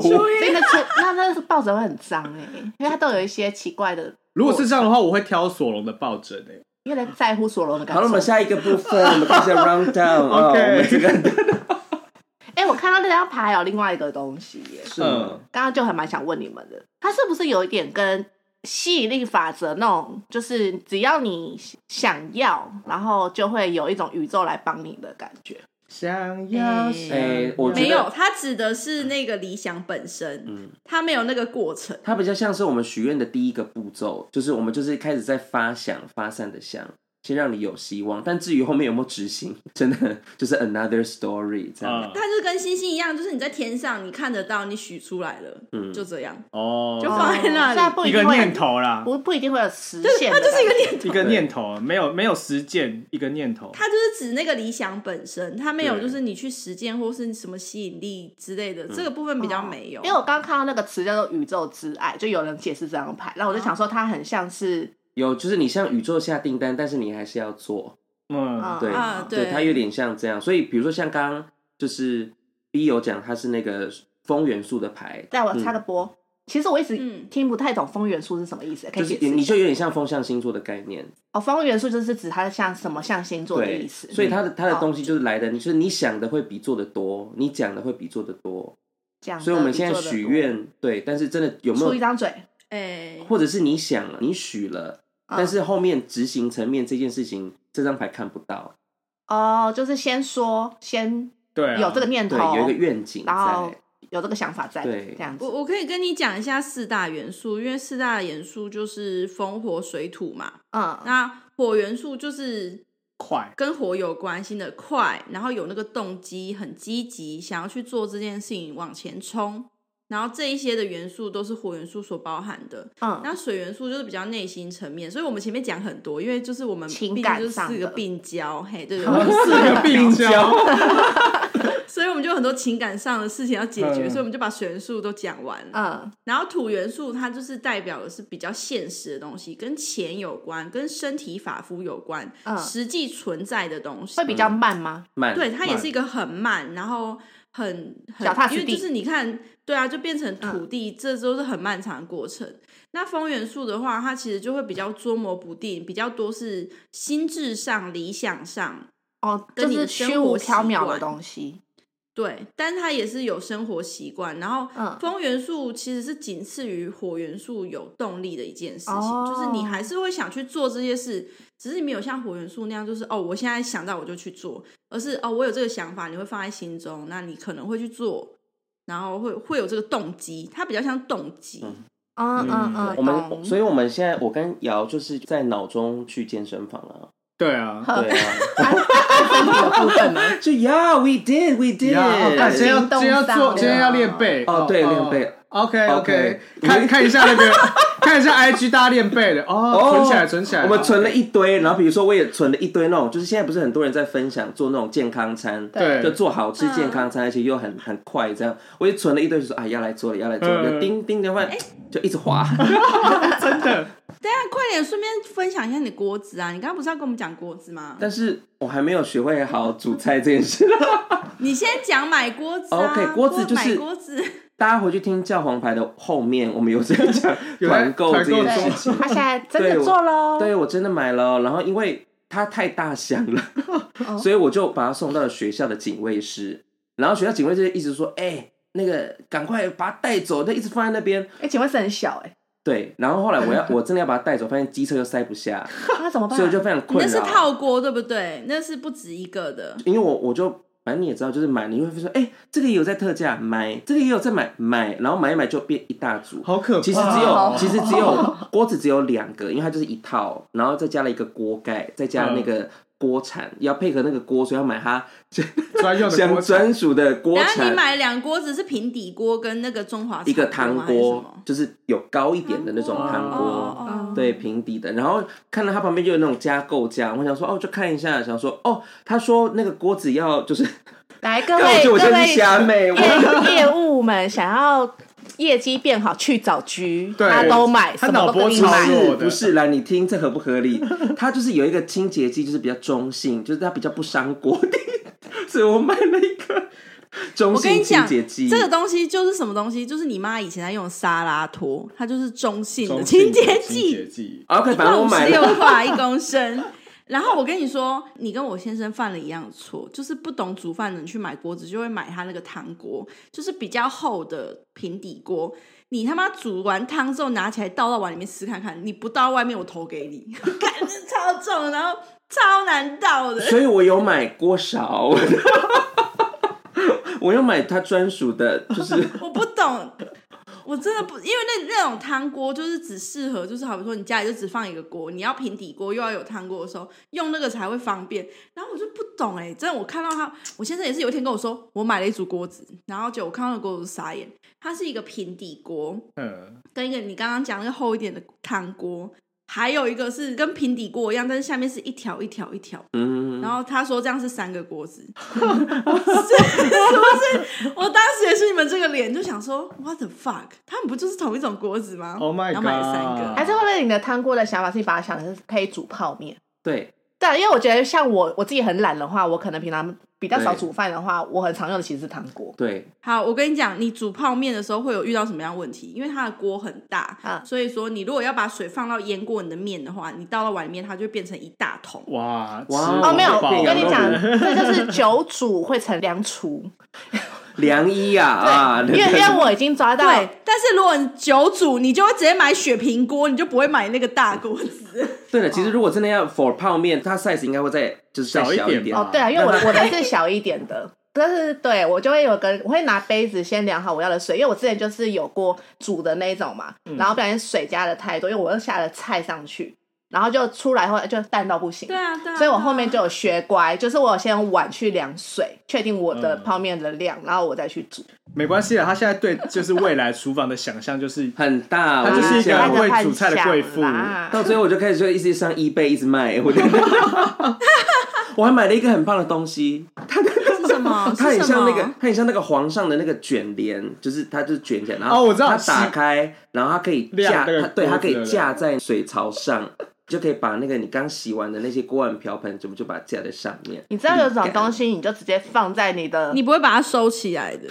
S4: 所以那出那那是抱枕会很脏哎，因为他都有一些奇怪的，
S2: 如果是这样的话，我会挑索隆的抱枕哎诶。
S4: 因为在乎所罗门的感
S3: 好了，我们
S4: 受。
S3: 下一个部分，我们开始
S4: (laughs)
S3: round down 哦，我
S2: OK
S3: 们这个 (laughs)
S4: 哎，我看到那张牌有另外一个东西耶，
S3: 是吗？
S4: 刚刚就很蛮想问你们的，它是不是有一点跟吸引力法则那种，就是只要你想要，然后就会有一种宇宙来帮你的感觉？
S2: 想要
S3: 哎我觉得
S5: 没有，它指的是那个理想本身，
S3: 嗯
S5: 它没有那个过程。
S3: 它比较像是我们许愿的第一个步骤，就是我们就是开始在发想、发散的想，先让你有希望。但至于后面有没有执行，真的就是 another story 这样。
S4: 嗯
S2: 啊
S5: 它就跟星星一样，就是你在天上，你看得到，你许出来了，
S3: 嗯
S5: 就这样，就
S2: 哦，
S5: 放在那
S4: 虽然
S5: 里。
S4: 不
S2: 一
S4: 一
S2: 个
S4: 定会
S2: 念，头啦，
S4: 不不一定会有实现
S5: 它
S4: 的感
S5: 就
S4: 觉，
S5: 是一个念头
S2: 一，个念头，没有没有实践，一个念头。
S5: 它就是指那个理想本身，它没有
S2: 对
S5: 就是你去实践或是什么吸引力之类的，这个部分比较没有。
S4: 因为我刚看到那个词叫做宇宙之爱，就有人解释这张牌，然后我就想说它很像是，
S3: 有就是你向宇宙下订单，但是你还是要做。
S2: 嗯，
S3: 对、
S5: 啊对
S3: 它有点像这样。所以比如说像刚刚就是 B 有讲，它是那个风元素的牌，嗯
S4: 在我插个播。其实我一直
S5: 嗯
S4: 听不太懂风元素是什么意思，
S3: 就
S4: 可以解
S3: 是
S4: 释
S3: 你
S4: 一下。
S3: 就有点像风象星座的概念。
S4: 哦，风元素就是指它像什么像星座的意
S3: 对，
S4: 思，
S3: 所以它的它的
S4: 哦
S3: 东西就是来的，你就是你想的会比做的多，你讲的会比做的多。
S4: 讲得
S3: 所以我们
S4: 比
S3: 现在
S4: 做得
S3: 许
S4: 多
S3: 愿，对，但是真的有没
S4: 出一
S3: 有，
S4: 张嘴，
S5: 哎、
S3: 或者是你想了，你许了，
S4: 嗯
S3: 但是后面执行层面这件事情，这张牌看不到，
S4: 哦，就是先说，先
S2: 对啊，啊
S4: 有这个念
S3: 对
S2: (laughs)
S4: 头，，
S3: 有一个愿景
S4: 然后
S3: 在，
S4: 有这个想法在的
S3: 对
S4: 这样
S5: 我
S4: 子。
S5: 我可以跟你讲一下四大元素，因为四大元素就是风、火、水、土嘛。
S4: 嗯，
S5: 那火元素就是
S2: 快，
S5: 跟火有关心的快，然后有那个动机，很积极，想要去做这件事情，往前冲。然后这一些的元素都是火元素所包含的，
S4: 嗯，
S5: 那水元素就是比较内心层面，所以我们前面讲很多，因为就是我们
S4: 情
S5: 毕竟
S4: 感
S5: 就是
S4: 上
S5: 四个
S4: 的
S5: 病娇，嘿，对对
S2: 我们
S5: 对，
S2: 四个病娇，
S5: 所以我们就有很多情感上的事情要解决，
S2: 嗯
S5: 所以我们就把水元素都讲完了。
S4: 嗯
S5: 然后土元素它就是代表的是比较现实的东西，跟钱有关，跟身体发肤有关，
S4: 嗯
S5: 实际存在的东西
S4: 会。比
S3: 嗯
S4: 较慢吗？
S3: 慢，
S5: 对，它也
S2: 慢
S5: 是一个很慢，然后很很
S4: 脚踏，实
S5: 因为就
S4: 地嗯
S5: 是你看，对啊，就变成土地，这都是很漫长的过程。那风元素的话，它其实就会比较捉摸不定，比较多是心智上、理想上，
S4: 哦，
S5: 跟
S4: 就
S5: 你的
S4: 是
S5: 生
S4: 虚
S5: 活
S4: 无
S5: 习
S4: 缥缈
S5: 惯
S4: 的东西。
S5: 对，但它也是有生活习惯。然后
S4: 嗯
S5: 风元素其实是仅次于火元素有动力的一件事情，
S4: 哦
S5: 就是你还是会想去做这些事，只是你没有像火元素那样，就是哦，我现在想到我就去做，而是哦，我有这个想法，你会放在心中，那你可能会去做，然后会会有这个动机，它比较像动机。
S3: 嗯
S4: 嗯嗯
S2: 嗯
S4: 嗯，
S3: 我
S4: 懂
S3: 们所以我们现在我跟瑶就是在脑中去健身房啊，
S2: 对
S4: (laughs)
S2: 啊，
S4: 嗯
S3: 对啊， (laughs)
S4: 部分吗？
S3: 就 Yeah we did we did，
S2: 呀哦看今天要
S4: 行动
S2: 今天要
S4: 上
S2: 做，
S4: 的
S2: 今天要练背
S3: 哦对练背。
S2: OK OK，
S3: OK
S2: 看看一下那个， (laughs) 看一下 IG 大家练背的哦，
S3: 哦
S2: 存起来存 (laughs) 起来。
S3: 我们存了
S2: OK
S3: 一堆，然后比如说我也存了一堆那种，就是现在不是很多人在分享做那种健康餐，
S2: 对
S3: 就做好吃健康餐，而且又很很快这样，我也存了一堆，就说啊要来做了要来做了，
S2: 嗯
S3: 就叮叮的话就一直
S2: (laughs)
S3: 滑，
S2: 真的，
S5: 等一下快点，顺便分享一下你的锅子啊！你刚刚不是要跟我们讲锅子吗？ (laughs)
S3: 但是我还没有学会好煮菜这件
S2: (laughs)
S3: 事。
S5: 你先讲买锅子啊
S3: 哦 OK，锅子就是
S5: 买锅子。
S3: 大家回去听教皇牌的后面，我们有在讲
S2: (laughs) 有在
S3: 团购这件
S2: 团购
S3: 事情。
S2: 中
S4: 他现在真的
S3: 对
S4: 做
S5: 哦
S4: 喽。
S3: 对，我真的买了，哦然后因为它太大箱
S5: 哦
S3: 了， (laughs) 所以我就把它送到了学校的警卫室。然后学校警卫室一直说：“哎、那个赶快把它带走。”那一直放在那边。
S4: 哎，请问是很小哎，
S3: 对，然后后来我
S5: (laughs)
S3: 要我真的要把它带走，发现机车又塞不下，
S4: (laughs) 那怎么办啊
S3: 所以？我就非常
S5: 你
S3: 困
S5: 那是
S3: 扰。
S5: 套锅对不对？那是不止一个的。
S3: 因为我我就反正你也知道，就是买你会说：“哎、这个也有在特价，买这个也有在买，买。”然后买一买就变一大组。
S2: 好可怕哦。
S3: 其实只
S4: 好
S3: 有，其实只有锅子只有两个，因为它就是一套，然后再加了一个锅盖，再
S2: 嗯
S3: 加那个锅铲，要配合那个锅，所以要买它
S2: 专用的
S3: 像
S2: 锅铲
S3: 专属的锅
S5: 然后你
S3: 铲，
S5: 买两锅子是平底锅跟那个中华
S3: 一个
S5: 炒
S3: 汤
S5: 吗还是什
S3: 锅
S5: 么，
S3: 就是有高一点的那种汤
S5: 哦
S3: 锅。
S5: 哦哦
S3: 对平底的，然后看到它旁边就有那种加购价，我想说哦，就看一下，想说哦，他说那个锅子要就是，
S4: 来，各
S3: 但我觉
S4: 位
S3: 得 (laughs)
S4: 各
S3: 我真
S4: 位
S3: 是虾妹，我
S4: 业业务们想要业绩变好去找局，
S2: 对
S4: 他都买，
S2: 他
S4: 什么
S2: 脑
S4: 都
S2: 波
S4: 跟你
S2: 超
S4: 买。
S2: 弱
S3: 是
S2: 的
S3: 不是？来，你听，这合不合理？它就是有一个清洁剂，就是比较中性，就是它比较不伤锅底，所以我买了一个中
S5: 我跟
S3: 性
S5: 你
S3: 清
S5: 讲，
S3: 洁剂。
S5: 这个东西就是什么东西？就是你妈以前在用的沙拉拖，它就是中性的
S2: 中
S5: 清
S2: 性的
S5: 洁
S2: 清洁
S5: 剂，
S2: 剂，
S3: 哦 OK，反正我
S5: 五
S3: 买
S5: 十六
S3: 了。
S5: 块一公升。然后我跟你说，你跟我先生犯了一样的错，就是不懂煮饭的人去买锅子，就会买他那个汤锅，就是比较厚的平底锅。你他妈煮完汤之后拿起来倒到碗里面试看看，你不倒外面我投给你， (laughs) 感觉超重，然后超难倒的。
S3: 所以我有买锅勺， (laughs) 我有买它专属的，就是
S5: 我不懂，我真的不，因为那那种汤锅就是只适合，就是好比说你家里就只放一个锅，你要平底锅又要有汤锅的时候，用那个才会方便。然后我就不懂哎、真的，我看到他，我先生也是有一天跟我说，我买了一组锅子，然后就我看到那个锅子傻眼，它是一个平底锅，
S2: 嗯，
S5: 跟一个你刚刚讲那个厚一点的汤锅。还有一个是跟平底锅一样，但是下面是一条一条一条
S3: 嗯，
S5: 然后他说这样是三个锅子，是是不是？我当时也是你们这个脸，就想说 what the fuck，他们不就是同一种锅子吗
S2: Oh my
S5: 然后买了三个
S2: god
S4: 还是会不会你的汤锅的想法是你把它想成是可以煮泡面？
S3: 对，
S4: 对，因为我觉得像我我自己很懒的话，我可能平常比较少煮饭的话，我很常用的其实是汤锅。
S3: 对，
S5: 好，我跟你讲，你煮泡面的时候会有遇到什么样的问题？因为它的锅很大，
S4: 啊
S5: 所以说你如果要把水放到淹过你的面的话，你倒到碗里面，它就会变成一大桶。
S2: 哇
S3: 哇
S2: 吃
S3: 哦
S4: 哦，没有，
S2: 不饱
S4: 我跟你
S3: 羊肉
S4: 讲，
S3: 炉
S4: 这就是久煮会成凉
S2: (laughs)
S4: 厨，
S3: 良医呀啊，
S4: 因为因为我已经抓到，
S5: 对，但是如果你久煮，你就会直接买雪平锅，你就不会买那个大锅子。
S3: 对了，其实如果真的要 for 泡面，它 size 应该会再就是再
S2: 小一
S3: 小一
S2: 点
S3: 点
S4: 哦
S2: 吧
S4: 哦，对啊，因为我的我的是小一点的，但是对我就会有个，我会拿杯子先量好我要的水，因为我之前就是有过煮的那种嘛，
S2: 嗯
S4: 然后不小心水加的太多，因为我又下了菜上去，然后就出来后就淡到不行。
S5: 对啊，对啊。
S4: 所以我
S5: 对啊
S4: 后面就有学乖，就是我有先用碗去量水，确定我的
S2: 嗯
S4: 泡面的量，然后我再去煮。
S2: 没关系啊，他现在对就是未来厨房的想象
S3: (laughs)
S2: 就是
S3: 很大，
S2: 它
S3: 我
S2: 就是
S3: 跟
S2: 一
S3: 你
S2: 个
S3: 讲
S2: 很会煮菜的贵妇
S3: (laughs) 到最后我就开始就一直上 eBay 一直卖，
S2: (laughs)
S3: 我觉得我还买了一个很棒的东西，
S5: 是什么？
S3: 它
S5: 是
S3: 很
S5: 什
S3: 像
S5: 么
S3: 那个，它很像那个皇上的那个卷帘，就是它就是卷起来，然后
S2: 哦我知道
S3: 它打开，然后它可以架，
S2: 晾那个
S3: 它对，
S2: 锅子
S3: 它可以
S2: 的
S3: 架在水槽上，就可以把那个你刚洗完的那些锅碗瓢盆，怎么就把它架在上面。
S4: 你知道
S2: 嗯
S4: 有种
S3: 干
S4: 东西，你就直接放在你的，
S5: 你不会把它收起来的。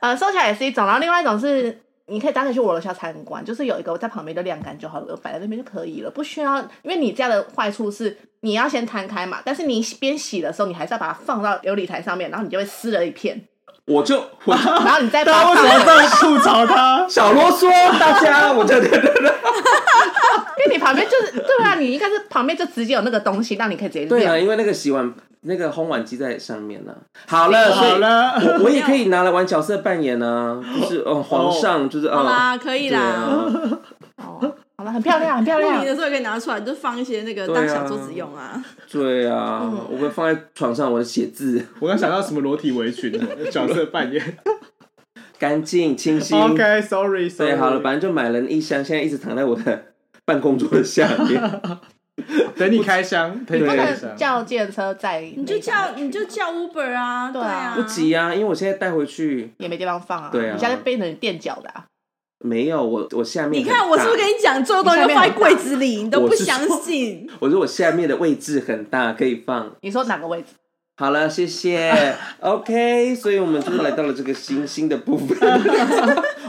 S4: 呃，收起来也是一种，然后另外一种是。你可以当成去我楼下餐馆，就是有一个在旁边就晾干就好了，摆在那边就可以了，不需要。因为你这样的坏处是你要先摊开嘛，但是你边洗的时候，你还是要把它放到琉璃台上面，然后你就会撕了一片，
S3: 我就啊我就？
S4: 然后你再把
S2: 大家
S4: 它
S2: 为什
S4: 放
S2: 么这
S4: 回
S2: 样吐槽他
S3: 小啰嗦，大家，我
S2: (laughs)
S3: 就
S4: 因为你旁边就是对啊，你应该是旁边就直接有那个东西，让你可以直接
S3: 对啊，
S4: 晾。
S3: 因为那个洗碗那个烘碗机在上面呢、好了， (laughs) 所以
S2: 好了，
S3: 我我也可以拿来玩角色扮演啊，就是哦，皇上就是
S5: 好
S3: 哦，
S5: 啦，可以
S3: 对
S5: 啦。
S3: 啊，
S4: 哦，好了，很漂亮，很漂
S5: 过
S4: 亮
S5: 年。的时候也可以拿出来，就放一些那个
S3: 对啊
S5: 当小桌子用啊。
S3: (laughs) 对啊，我会放在床上，我写字， (laughs)
S2: 我刚想到什么裸体围裙的角色扮演。
S3: 干净清新。
S2: OK，sorry，、
S3: 对，好了，反正就买了一箱，现在一直躺在我的办公桌的下面。
S2: (laughs) 等你开箱，等你
S4: 不
S2: 开
S4: 能
S2: 箱。
S4: 叫健车在，你
S5: 你就叫你就叫 Uber 啊，
S4: 对
S5: 对啊，
S4: 啊
S3: 不急啊，因为我现在带回去
S4: 也没地方放啊。
S3: 对啊
S4: 你现在变成垫脚的啊。
S3: 没有我，我下面
S5: 你看我是不是跟
S3: 你？
S5: 你讲，做东西放在柜子里，你都不
S3: 我是说
S5: 相信？
S3: (laughs) 我说我下面的位置很大，可以放。
S4: 你说哪个位置？
S3: 好了，谢谢。OK，所以我们就是来到了这个新新的部分。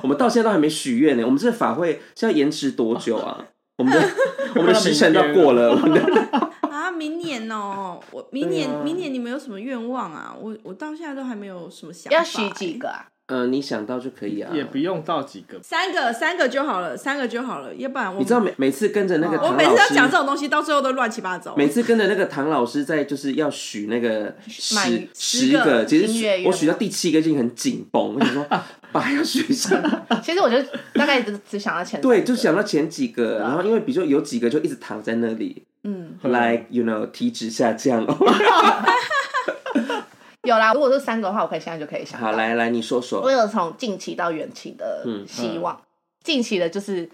S3: 我们到现在都还没许愿呢。我们这个法会是要延迟多久啊？我们的我们的时辰都过了，我们的 (laughs)
S5: 啊，明年哦，我明年、
S3: 对啊
S5: 明年你们有什么愿望啊？我我到现在都还没有什么想法、
S4: 要洗几？个啊？
S3: 呃，你想到就可以啊。
S2: 也不用到几个，
S5: 三个，三个就好了，三个就好了，要不然我
S3: 你知道每每次跟着那个
S5: 哦我
S3: 唐
S5: 每次
S3: 老
S5: 要讲
S3: 师，
S5: 这种东西，到最后都乱七八糟。
S3: 每次跟着那个唐老师在就是要许那个
S4: 满
S3: 十
S5: 十
S3: 十
S5: 个
S3: 个，其实
S4: 音
S3: 许
S4: 乐愿
S3: 我
S4: 望
S3: 许到第七个就已经很紧绷，我想说爸要许上。
S4: 其实我就大概只只想到
S3: (laughs)
S4: 前三
S3: 对，
S4: 个
S3: 就想到前几个，然后因为比如说有几个就一直躺在那里，
S4: 嗯，
S3: like you know 体脂下降。 (laughs)
S4: 有啦。如果是三个的话，我可以现在就可以想到。
S3: 好，来嗯来，你说
S4: 我
S3: 说。
S4: 有从近期到远期的希望。近期的就是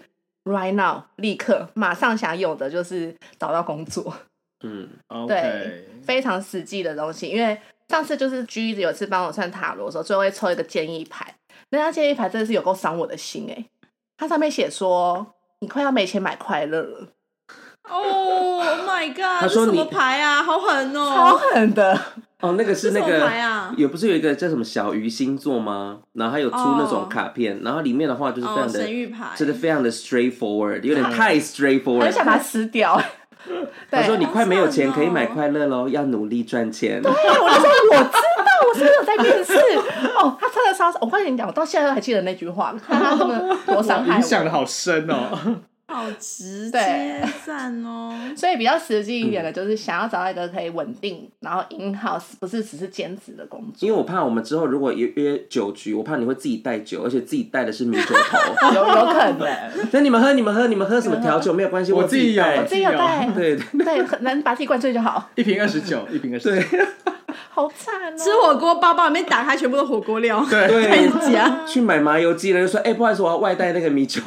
S4: right now 立刻马上想有的就是找到工作。
S3: 嗯，
S2: OK，
S4: 对，非常实际的东西。因为上次就是 G 有一次帮我算塔罗的时候，最后会抽一个建议牌，那张建议牌真的是有够伤我的心哎、它上面写说你快要没钱买快乐了，
S5: 哦、oh、，My
S3: 他
S5: God，这
S3: 说
S5: 什
S3: 你
S5: 么牌啊？好狠
S4: 超
S5: 哦！
S4: 狠的。
S3: 哦，那个是那
S5: 这什
S3: 个
S5: 么牌啊
S3: 也不是有一个叫什么小鱼星座吗？然后还有出那
S5: 哦
S3: 种卡片，然后里面的话就是非
S5: 哦，
S3: 常的
S5: 神，谕牌，啊
S3: 真的非常的 straightforward，有点太
S4: 我很
S3: straightforward
S4: 想。把它
S3: (laughs)
S4: 撕掉。对
S3: 他，说你快没有钱
S5: 好
S3: 可
S5: 惨哦
S3: 以买快乐喽，要努力赚钱。
S4: 对我就说我知道，我是不是有在面试？哦，他穿的超，我快点讲，我到现在都还记得那
S5: (laughs)
S4: 句话，看他这么多伤害
S2: 影响的
S4: 我。
S2: 好深 (laughs) 哦。
S5: 好直接
S4: 对
S5: 赞哦。
S4: 所以比较实际一点的，就是想要找到一个可以稳定，然后 in house 不是只是兼职的工作，
S3: 因为我怕我们之后如果约约酒局，我怕你会自己带酒，而且自己带的是米酒 (laughs) 头。
S4: 有有可
S2: 哎
S4: 能。
S3: 那你们喝，你们喝，你们喝什么调酒没有关系，
S2: 我
S3: 自己
S2: 自己有
S3: 带
S2: 我
S4: 自己有带，
S2: 哎
S3: 对对
S4: 对，很能把自己灌醉就好，
S2: 一瓶二十九，一瓶二十
S3: 对
S2: 九，
S4: 好惨
S5: (laughs)
S4: 哦。
S5: 吃火锅包包里面打开全部都火锅料，
S2: 对
S5: 开
S3: 对
S5: 始，夹。
S3: 去买麻油鸡了，就说：“哎、不好意思，我要外带那个米 (laughs) 酒。”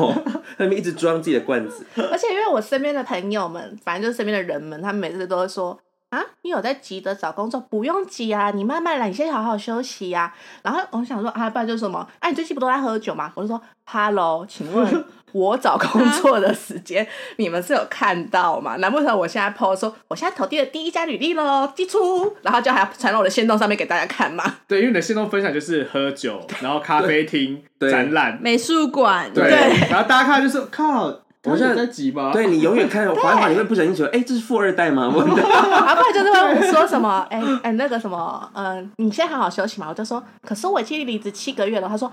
S3: 他们一直装自己的罐子。
S4: 而且因为我身边的朋友们，反正就是身边的人们，他们每次都会说。啊，你有在急着找工作？不用急啊，你慢慢来，你先好好休息呀、然后我想说啊，不然就是什么？啊，你最近不都在喝酒吗？我就说，Hello，请问我找工作的时间，你们是有看到吗？难不成我现在 PO 说我现在投递了第一家履历喽，寄出，然后就还要传到我的线动上面给大家看吗？
S2: 对，因为你的线动分享就是喝酒，然后咖啡厅、
S3: 对
S2: 展览，
S5: 美术馆，
S2: 对，然后大家看就是靠，
S3: 我
S2: 现
S3: 现在
S2: 在在急吗？
S3: 对你永远看缓缓，你会不小心觉得：“哎、这是富二代 (laughs) 吗？”我
S4: 然后不然就是会说什么，哎、哎、那个什么，嗯、你先好好休息嘛。我就说，可是我已经离职七个月了。他说，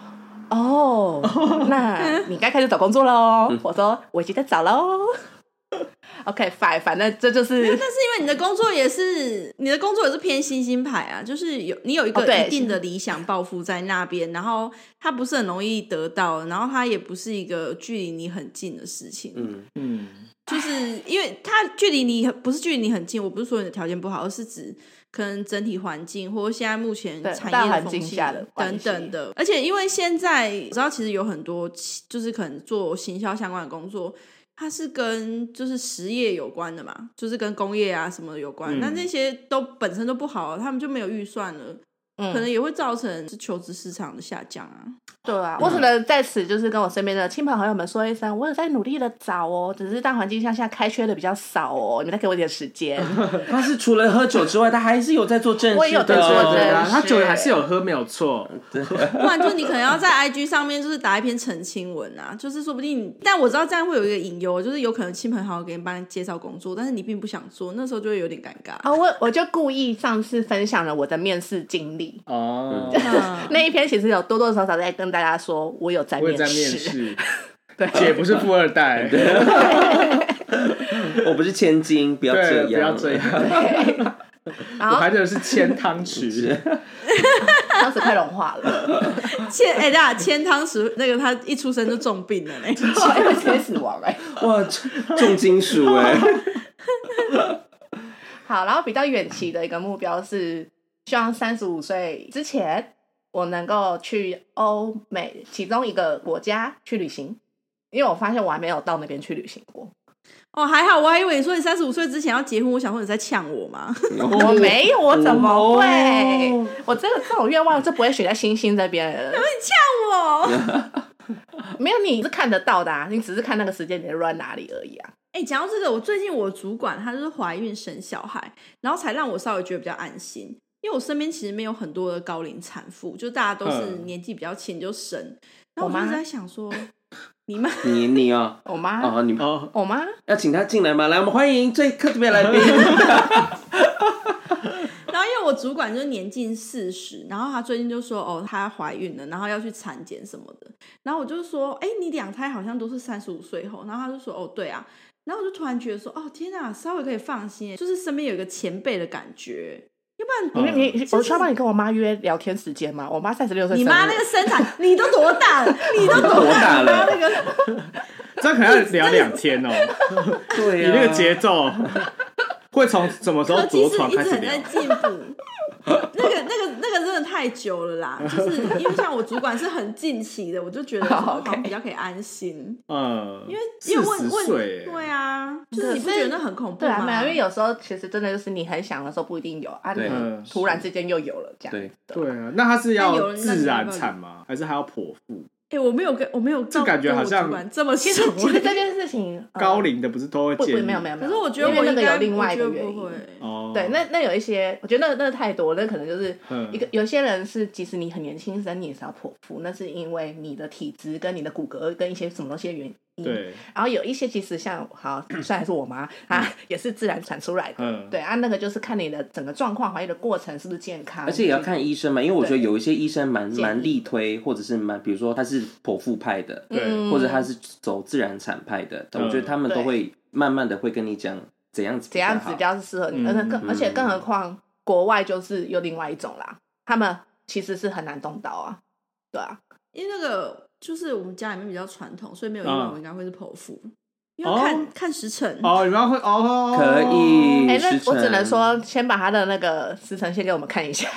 S4: 哦哦，那你该开始找工作喽。我说，我已经在找喽。 OK fine，反正这就
S5: 但
S4: 是
S5: 是因为你的工作也是你的工作也是偏星星牌啊，就是有你有一
S4: 哦
S5: 个
S4: 对
S5: 一定的理想抱负在那边，然后它不是很容易得到，然后它也不是一个距离你很近的事情，
S3: 嗯，
S2: 嗯，
S5: 就是因为它距离你很不是距离你很近，我不是说你的条件不好，而是指可能整体环境或者现在目前
S4: 对
S5: 产
S4: 大
S5: 业的
S4: 环
S5: 风
S4: 境
S5: 气
S4: 下的关
S5: 等
S4: 系
S5: 等的。而且因为现在我知道，其实有很多其就是可能做行销相关的工作，它是跟就是实业有关的嘛，就是跟工业啊什么的有关。
S2: 嗯
S5: 那那些都本身都不好，他们就没有预算了，
S4: 嗯
S5: 可能也会造成是求职市场的下降啊。
S4: 对啊，我只能在此就是跟我身边的亲朋好友们说一声，我有在努力的找哦，只是大环境下现在开缺的比较少哦，你们再给我一点时间。
S3: 他是除了喝酒之外，他还是有在做正事的哦。
S4: 我也有在做正事
S2: 对啊，
S4: 是
S2: 他酒还是有喝，没有错。
S5: (laughs) 不然就你可能要在 IG 上面就是打一篇澄清文啊，就是说不定你，但我知道这样会有一个隐忧，就是有可能亲朋好友给你帮你介绍工作，但是你并不想做，那时候就会有点尴尬。
S4: 啊，我我就故意上次分享了我的面试经历，
S2: 哦，
S5: 嗯
S4: 那一篇其实有多多少少在跟大家说我有在
S2: 我
S4: 面
S2: 也在面
S4: 试，
S2: 试，
S4: 对
S2: 姐不是富二代，对，
S3: 我不是千金，不要这样，
S2: 不要这。样，
S4: 然
S2: 我
S4: 后
S2: 还得是千汤匙， (laughs)
S4: 当时快融化
S5: (laughs)
S4: 了，
S5: 千哎大千汤匙那个他一出生就重病了嘞，
S4: 因为直接死亡哎、
S3: 哇，重重金属哎、 (laughs)
S4: 好，然后比较远期的一个目标是，希望三十五岁之前我能够去欧美其中一个国家去旅行，因为我发现我还没有到那边去旅行过，
S5: 哦还好，我还以为你说你三十五岁之前要结婚，我想说你在呛我嘛，哦
S4: 我没有，我怎么会？
S3: 哦
S4: 我这个这种愿望就不会写在星星这边了。
S5: 呛我。
S4: 没有，你是看得到的、啊，你只是看那个时间点乱哪里而已啊。
S5: 哎、讲到这个，我最近我主管她就是怀孕生小孩，然后才让我稍微觉得比较安心，因为我身边其实没有很多的高龄产妇，就大家都是
S2: 嗯
S5: 年纪比较轻就生。然后
S4: 我
S5: 我就
S4: 妈
S5: 在想
S4: (laughs)
S5: 说，你妈
S3: 你你哦，
S4: 我妈，
S5: 啊
S3: 哦你
S2: 哦，
S4: 我妈，
S3: 要请他进来吗？来，我们欢迎最特别来
S4: (laughs)
S3: 宾。
S5: 然后因为我主管就是年近四十，然后她最近就说哦，她怀孕了，然后要去产检什么的。然后我就说，哎，你两胎好像都是三十五岁后。然后她就说，哦，对啊。然后我就突然觉得说，哦，天哪，稍微可以放心，就是身边有一个前辈的感觉。
S4: 你
S2: 嗯
S4: 你，我需要帮你跟我妈约聊天时间吗？我妈三十六岁生
S5: 你
S4: 日，
S5: 妈那个生产， (laughs) 你都多
S2: (laughs)
S5: 大了？你都多
S3: 多大了
S5: 了？你妈那个
S2: 这样可能要聊两天哦，
S3: 对啊
S2: 你
S3: 呀、
S2: 那个节 (laughs) 奏会从什么时候
S5: 科技
S2: 着
S5: 是
S2: 床
S5: 一
S2: 开
S5: 直
S2: 始
S5: 很在
S2: 聊？
S5: 进步。那个、那个、那个真的太久
S2: (laughs)
S5: 了啦，就是因为像我主管是很近期的，我就觉得说
S4: 好
S5: 好像
S4: OK
S5: 比较可以安心，
S2: 嗯，因为
S5: 因
S2: 四
S5: 为问
S2: 十
S5: 问
S2: 岁，
S5: 对，啊，就是你不
S4: 可是
S5: 觉得那很恐怖
S4: 对啊，没有，
S5: 吗？
S4: 因为有时候其实真的就是你很想的时候不一定有啊，
S3: 对
S2: 嗯
S4: 你突然之间又有了这样。 (laughs)
S3: 对
S2: 对啊，那他是要
S5: 有人
S2: 自然产吗？还是还要剖腹？
S5: 哎，我没有跟我没有
S2: 这感觉
S5: 跟我
S2: 好像
S5: 主管这么
S4: 其实
S5: 熟，
S4: 其实这件事情呃
S2: 高龄的不是都会
S4: 不不
S2: 建议？
S4: 没有没有没
S5: 可
S4: 有，
S5: 是我觉得
S4: 因
S5: 我
S4: 为
S5: 应
S4: 那个
S5: 该
S4: 有另外一个
S5: 我觉
S4: 原
S5: 得不
S4: 因
S5: 会。
S2: 哦，
S4: 对，那那有一些，我觉得那那太多，那可能就是
S2: 嗯
S4: 一个有些人是，即使你很年轻生，你也是要剖腹，那是因为你的体质跟你的骨骼跟一些什么东西的原因。。
S2: 对，
S4: 然后有一些其实像好，虽然是我妈
S3: 嗯
S4: 啊，也是自然产出来的。
S2: 嗯，
S4: 对啊，那个就是看你的整个状况，怀孕的过程是不是健康，
S3: 而且也要看医生嘛，因为我觉得
S4: 对
S3: 有一些医生蛮
S4: 建议
S3: 蛮力推，或者是蛮，比如说他是剖腹派的，
S4: 嗯
S2: 对，
S3: 或者他是走自然产派的，
S2: 嗯
S3: 我觉得他们都会慢慢的会跟你讲怎样子
S4: 怎样子比
S3: 好
S4: 较适合你，而且
S2: 嗯
S4: 更
S3: 嗯
S4: 而且更何况国外就是有另外一种啦，他们其实是很难动刀啊，对啊，
S5: 因为那个就是我们家里面比较传统，所以没有意外，
S2: 嗯
S5: 我应该会是剖腹，因为要看、
S2: 哦
S5: 看时辰。
S2: 哦，你们要会哦，
S3: 可以
S4: 哎、
S3: 时辰
S4: 那我只能说先把他的那个时辰先给我们看一下，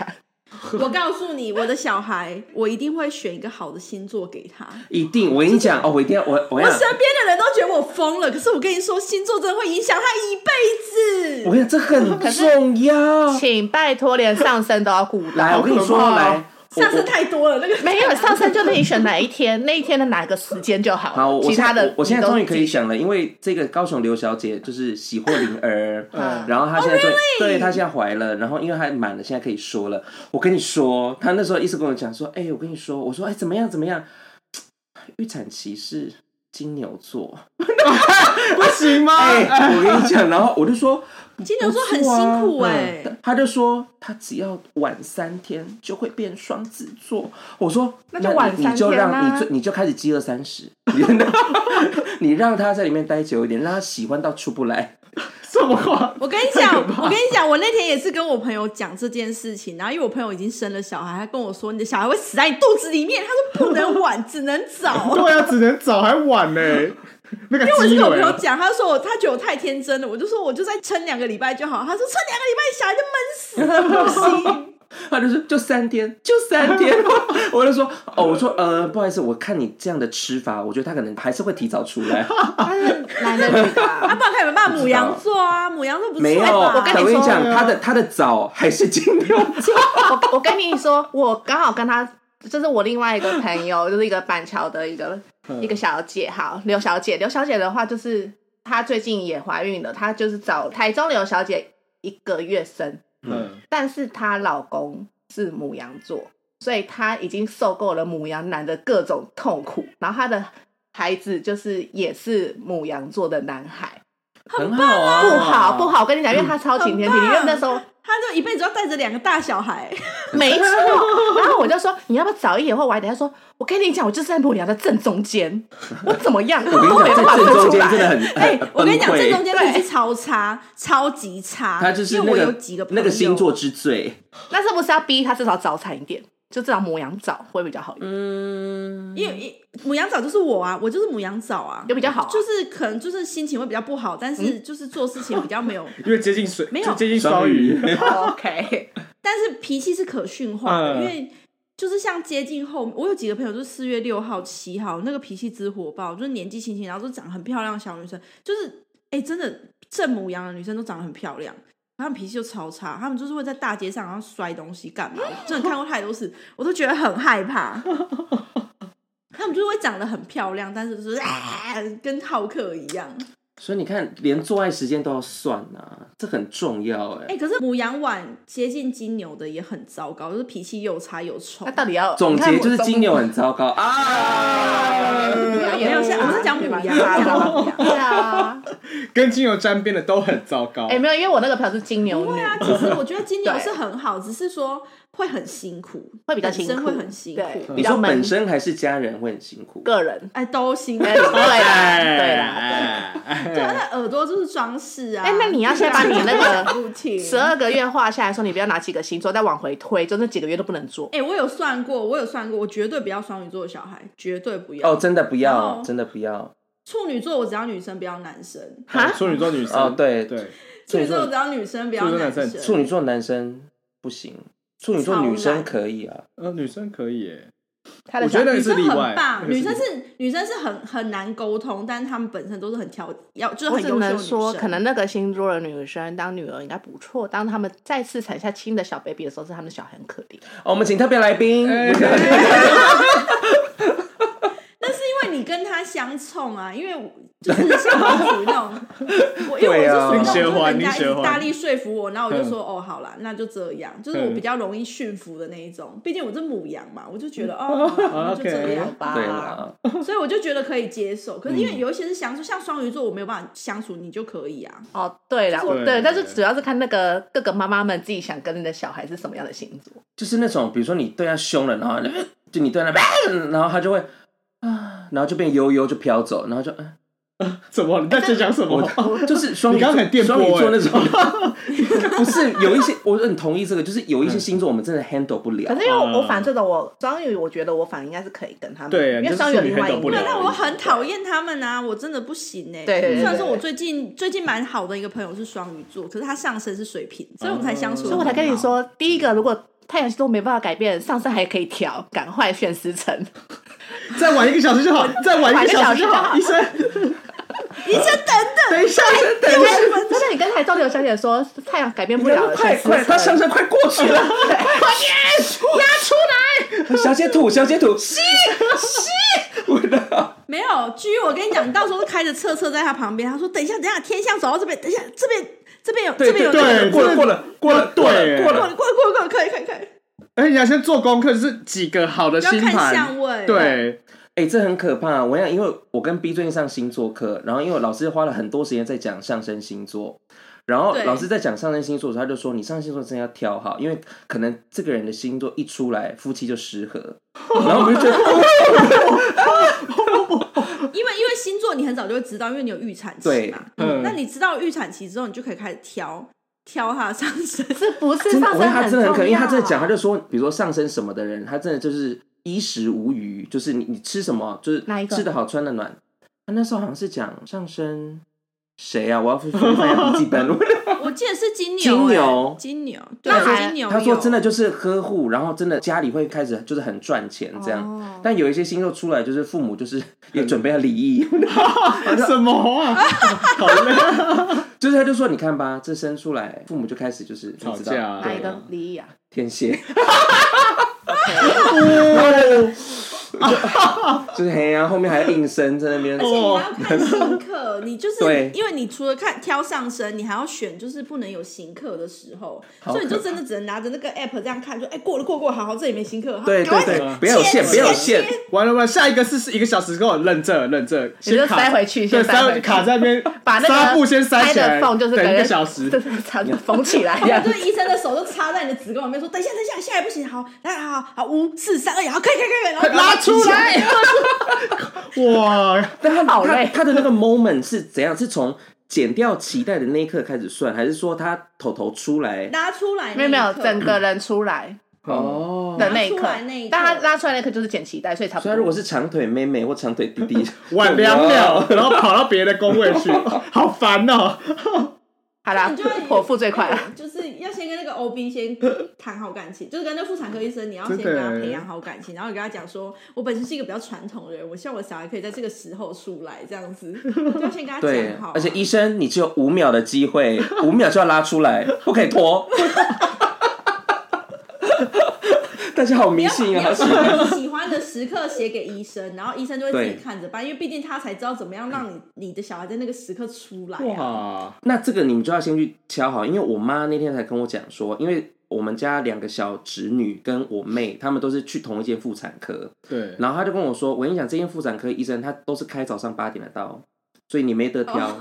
S4: (laughs)
S3: (laughs)
S5: 我告诉你，我的小孩，我一定会选一个好的星座给他。
S3: 一定，我跟你讲哦，我一定要我我
S5: 我
S3: 要。
S5: 身边的人都觉得我疯了，可是我跟你说，星座真的会影响他一辈
S3: 我
S5: 子。
S3: 跟你讲，这很重要。
S4: 请拜托连上身都要顾到。
S3: 来，我跟你说，
S2: 好可怕哦
S3: 来，我
S5: 上升太多了，那个
S4: 没有上身就自己选哪一天，那一天的哪个时间就好了。
S3: 好，我
S4: 其他
S3: 现在
S4: 的
S3: 我我现在
S4: 你都
S3: 终于可以想了，因为这个高雄刘小姐就是喜获麟
S4: (laughs)
S3: 儿，
S4: 嗯
S3: 然后她现在对对她现在怀了，然后因为她满了，现在可以说了。我跟你说，她那时候一直跟我讲说，哎，我跟你说，我说哎怎么样怎么样，嘖预产期是金牛座，
S4: 啊
S2: 不行吗？
S3: 哎、我跟你讲，然后我就说，
S5: 金牛座很辛
S3: 不
S5: 苦
S3: 错啊
S4: 欸
S5: 哎、
S3: 嗯他就说他只要晚三天就会变双子座。我说
S4: 那就晚
S3: 你
S4: 三
S3: 你就
S4: 天
S3: 让
S4: 啊
S3: 你就你就开始饥饿三十，你
S4: (laughs)
S3: 让你让他在里面待久一点，让他喜欢到出不来。
S2: 什么话？
S5: 我跟你讲，我跟你讲，我那天也是跟我朋友讲这件事情，然后因为我朋友已经生了小孩，他跟我说你的小孩会死在你肚子里面，他说不能晚，只能
S3: (laughs)
S5: 早。
S2: 对啊，只能早还晚 (laughs) 呢、那个
S5: 因为我是
S2: 鸡
S5: 跟我朋
S2: 尾
S5: 友
S2: 啊，
S5: 讲，他说我他觉得我太天真了，我就说我就再撑两个礼拜就好。他说撑两个礼拜小孩就
S3: (laughs)
S5: 闷死了，不行。
S3: 他就说就三天，就三
S4: (laughs)
S3: 天。我就说哦，我说呃，不好意思，我看你这样的吃法，我觉得他可能还是会提早出来。
S4: 他是男的女的
S3: (laughs)
S4: 啊、
S5: 他爸看有没有办法母羊座啊？母羊座不是哎
S3: 没有，
S5: 吧
S3: 我
S4: 我跟你
S3: 跟
S4: 说
S3: 讲，
S2: 对啊
S3: 他的他的早还是金牛座。
S4: 我我跟你说，我刚好跟他，就是我另外一个朋友，就是一个板桥的一个
S2: 嗯
S4: 一个小姐，好，刘小姐，刘小姐的话就是她最近也怀孕了，她就是找台中刘小姐一个月生，
S2: 嗯，
S4: 但是她老公是母羊座，所以她已经受够了母羊男的各种痛苦，然后她的孩子就是也是母羊座的男孩，
S3: 很好啊，
S4: 不好不好，我跟你讲，因为她超晴天霹
S3: 嗯
S4: 雳，因为那时候
S5: 他就一辈子要带着两个大小孩， (laughs)
S4: 没错。然后我就说你要不要早一点或晚一点？他说我跟你讲，我就是在母羊的正中间，我怎么样我
S3: (laughs) 我跟
S4: 都没
S3: 你
S4: 办
S3: 讲，
S4: 法
S3: 在
S4: 分
S3: 正中
S4: 出
S3: 间真的
S5: (laughs)
S4: 来。
S3: 很
S5: 哎、
S3: 很崩溃。
S5: 我跟你讲，这中间品质超差，超级差。
S3: 他就是
S5: 因
S3: 那
S5: 为
S3: 个
S5: 我有几个朋友
S3: 那个星座，之最，
S4: 那是不是要逼他至少早产一点？就至少母羊早会比较好一点，
S3: 嗯，
S5: 因为因母羊早就是我啊，我就是母羊早啊，
S4: 就比较好啊、
S5: 就是可能就是心情会比较不好，但是就是做事情比较没有，
S2: 因为接近水，
S5: 没有
S2: 就接近双 (laughs) 鱼，
S4: (laughs) OK。
S5: 但是脾气是可驯化的，
S2: 嗯
S5: 因为。就是像接近后，我有几个朋友就是四月六号、七号那个脾气之火爆，就是年纪轻轻，然后就长得很漂亮的小女生，就是哎、真的正母羊的女生都长得很漂亮，然后她们脾气就超差，她们就是会在大街上然后摔东西干嘛，我真的看过太多次，我都觉得很害怕。她们就是会长得很漂亮，但是就是、啊、跟好客一样。
S3: 所以你看，连做爱时间都要算啊，这很重要哎、
S5: 哎、可是母羊晚接近金牛的也很糟糕，就是脾气又差又臭
S4: 那。到底要
S3: 总结就是金牛很糟糕
S5: (laughs)
S3: 啊，
S4: 没
S5: 没有现在我们在讲母羊
S4: 对啊，
S2: 跟金牛沾边的都很糟糕。
S4: 哎，没有，因为我那个朋友是金牛
S5: 不
S4: 女
S5: 会，啊，其实我觉得金牛
S4: 对
S5: 是很好，只是说会很辛苦，
S4: 会比较辛
S5: 本身
S4: 苦，
S5: 会很辛苦。
S4: 对比
S3: 你
S4: 较
S3: 说
S4: 闷
S3: 本身还是家人会很辛苦，
S4: 个人。
S5: 哎，都辛苦。
S4: 哎对啦，对啦，
S2: 哎，
S5: 对，他的耳朵就是装饰啊。
S4: 哎那你要先把你那个
S5: 不 (laughs) 听
S4: 十。二个月画下来说，你不要拿几个星座再往回推，就那几个月都不能做。
S5: 哎、我有算过，我有算过，我绝对不要双鱼座的小孩，绝对不要。
S3: 哦，真的不要，
S5: No
S3: 真的不要，
S5: 处女座我只要女生，不要男生；
S4: 哈，
S2: 处女座女生
S3: 哦对
S2: 对，
S3: 处
S5: 处女
S3: 女座
S5: 座我只要女生，不
S2: 处
S5: 要
S2: 女座
S5: 男
S2: 男
S5: 生。
S2: 生
S3: 处女座男生不行，处女座女
S5: 超
S3: 生
S5: 懒
S3: 可以啊，
S2: 呃，女生可以耶，
S4: 他的
S2: 我觉得那个
S5: 女
S2: 是
S5: 生
S2: 例外
S5: 很，棒，
S2: 那个
S5: 女
S2: 是
S5: 生
S2: 例外
S5: 是女生是很很难沟通，但是她们本身都是很挑，要就是
S4: 我
S5: 很
S4: 只
S5: 优秀的
S4: 能
S5: 女生。
S4: 说，可能那个星座的女生当女儿应该不错。当他们再次产下新的小 baby 的时候，是他们的小孩很可怜。
S3: 哦我们请特别来宾，
S5: 哎因为你跟他相冲啊，因为我就是像我属于那种，我因为
S3: 对啊嗯
S5: 我是属
S2: 你学
S5: 于那种，就是
S2: 坏
S5: 人家一
S2: 你学
S5: 直
S2: 坏
S5: 大力说服我，然后我就说、哦，好啦，那就这样，就是我比较容易驯服的那一种，毕竟我是母羊嘛，我就觉得哦，
S3: 嗯
S5: 好啦那就这样吧，
S3: 对啦，
S5: 所以我就觉得可以接受。
S3: 嗯
S5: 可是因为有一些是相处，像双鱼座，我没有办法相处，你就可以啊。
S4: 哦，对啦，我
S2: 对
S4: 对，
S2: 对
S4: 但是主要是看那个各个妈妈们自己想跟你的小孩是什么样的星座。
S3: 就是那种比如说你对他凶了，然后 (clears throat) 你就你对他， (clears throat) 然后他就会啊，然后就变悠悠就飘走，然后就嗯。
S2: (laughs) 怎么？你在这讲什么？
S4: 哎
S2: 哦
S3: 就是双鱼
S2: 你刚刚很电波
S3: 双
S2: 欸
S3: 鱼座那种，不是有一些我很同意这个，就是有一些星座我们真的 handle 不了
S4: 可。是因为我
S2: 嗯
S4: 我反正的我双鱼，我觉得我反而应该是可以跟他们，
S2: 对
S4: 因为双鱼有另外一
S2: 就是处女跟都不
S5: 对啊
S2: 了
S3: 啊
S4: 面。
S5: 但我很讨厌他们啊，我真的不行哎、欸。
S4: 对对对
S5: 虽然说
S4: 对
S5: 我最近最近蛮好的一个朋友是双鱼座，可是他上身是水瓶，所以我们才相处。
S4: 所以我才跟你，说，第一个如果太阳星座没办法改变，上升还可以调，赶快选时辰。
S2: 再晚一个小时就好，再晚一个小时就
S4: 晚
S2: 好。
S4: 一
S2: 医
S4: 个
S2: 生，
S5: 医生等等。
S2: 等一下，等一下，
S4: 真的，你跟台中刘小姐说太阳改变不了，
S3: 快
S4: 选时
S3: 快，
S4: 辰
S3: 他上升快过去了， (laughs) 快点拿出来！小姐吐，小姐吐，吸吸， (laughs) 我的
S5: 没有，居我跟你讲，你到时候开着车车在他旁边，他说等一下，等一下，天象走到这边，等一下这边这边有这边有
S2: 对
S5: 那个
S3: 过了过了过了过了过了，
S5: 过了过了
S2: 哎
S5: 过了过了，可以可以可以，
S2: 而且你要先做功课，就是几个好的
S5: 要
S2: 星
S5: 看
S2: 盘，
S5: 相位。，
S2: 对，
S3: 哎、这很可怕。我想，因为我跟 B 最近上星座课，然后因为我老师花了很多时间在讲上升星座，然后
S5: 对
S3: 老师在讲上升星座的时候，他就说你上升星座真的要挑好，因为可能这个人的星座一出来，夫妻就失
S4: (laughs)
S3: 和。然后我们就觉得，
S5: 因为因为星座你很早就会知道，因为你有预产期
S3: 对
S5: 嘛。
S2: 嗯
S5: 那你知道预产期之后，你就可以开始挑挑它的上身。
S4: 是不是
S3: 真的，我
S4: 上
S3: 觉
S4: 升
S3: 得他真的很可
S4: 重
S3: 能，因为他真的
S4: 要
S3: 讲，他就说，比如说上升什么的人，他真的就是衣食无余，就是你你吃什么，就是
S4: 哪一个
S3: 吃得好穿得暖。他那时候好像是讲上升谁啊？我要去翻一下笔记本。
S5: 我记得是金牛、
S3: 金牛
S5: 欸金牛，对
S4: 那还
S5: 金牛有。
S3: 他说真的就是呵护，然后真的家里会开始就是很赚钱这样。
S4: 哦
S3: 但有一些星座出来，就是父母就是也准备要离异， (laughs)
S2: 什么啊？好累啊，
S3: 就是他就说你看吧，这生出来父母就开始就是
S2: 吵
S3: 你知道
S2: 架啊
S4: 哪一
S3: 对
S4: 个离异啊？
S3: 天蝎。 (laughs) 然后就就是嘿呀、啊，后面还要应声在那边
S5: 而。且你还要看新课，你就是
S3: 对
S5: 因为你除了看挑上身，你还要选，就是不能有新课的时候，
S3: 好可怕
S5: 所以你就真的只能拿着那个 app 这样看，就哎、过了过了过了，好好这里没新课，好
S3: 对
S5: 赶
S3: 对
S5: 快
S3: 对，不要有线，
S5: 切
S3: 不要有
S5: 切
S3: 线。
S2: 完了完了，下一个是一个小时后认这认这，
S4: 你就
S2: 先卡
S4: 塞回去，
S2: 对，
S4: 先塞回
S2: 塞
S4: 去
S2: 卡在那边，
S4: (laughs) 把
S2: (laughs)
S4: 那个
S2: 纱布先塞起
S4: 开
S2: 来，
S4: 的缝就是
S2: 等一
S4: 给
S2: 个
S4: 人
S2: 小时
S4: (laughs) 对，对对，差不多缝
S2: (laughs)
S4: 起来。
S5: 然后就是医生的手就插在你的子宫里面，说：“等一下，等一下，现在不行，好，来，好好好，五四三二一，好，可以，可以，可以，然后
S2: 快 (laughs) 拉出来，哇！
S3: 但他
S4: 好
S3: 他
S4: 累
S3: 他的那个 moment 是怎样？是从剪掉脐带的那一刻开始算，还是说他头头出来？
S5: 拉出来，
S4: 没有没有，整
S5: 个
S4: 个人出来
S3: 哦，
S4: 的那一
S5: 拿
S4: 刻
S5: 出来那一刻，
S4: 但他拉出来那一刻就是剪脐带，所以差不
S3: 所以
S4: 多。
S3: 他如果是长腿妹妹或长腿弟弟，
S2: 晚两秒，然后跑到别的工位 (laughs) 去，好烦哦！
S4: 好啦
S5: 你就会，
S4: 我付最快啊了。
S5: 就是要先跟那个 OB 先谈好感情，就是跟那妇产科医生，你要先
S2: 真的
S5: 跟他
S2: 欸
S5: 培养好感情，然后你跟他讲说，我本身是一个比较传统的人，我希望我小孩可以在这个时候出来，这样子，就要先跟他
S3: 对
S5: 讲好啊。，
S3: 而且医生你只有五秒的机会，
S5: (laughs)
S3: 五秒就要拉出来，不可以拖。大家好迷信
S5: 你
S3: 啊！
S5: 要
S3: 好喜
S5: 把
S3: 欢
S5: 你喜欢的时刻写给医生，然后医生就会自己
S3: 对
S5: 看着办，因为毕竟他才知道怎么样让你你的小孩在那个时刻出来啊。
S2: 哇，
S3: 那这个你们就要先去敲好，因为我妈那天才跟我讲说，因为我们家两个小侄女跟我妹，她们都是去同一间妇产科，
S2: 对，
S3: 然后她就跟我说，我跟你讲，这间妇产科医生他都是开早上八点的到，所以你没得挑。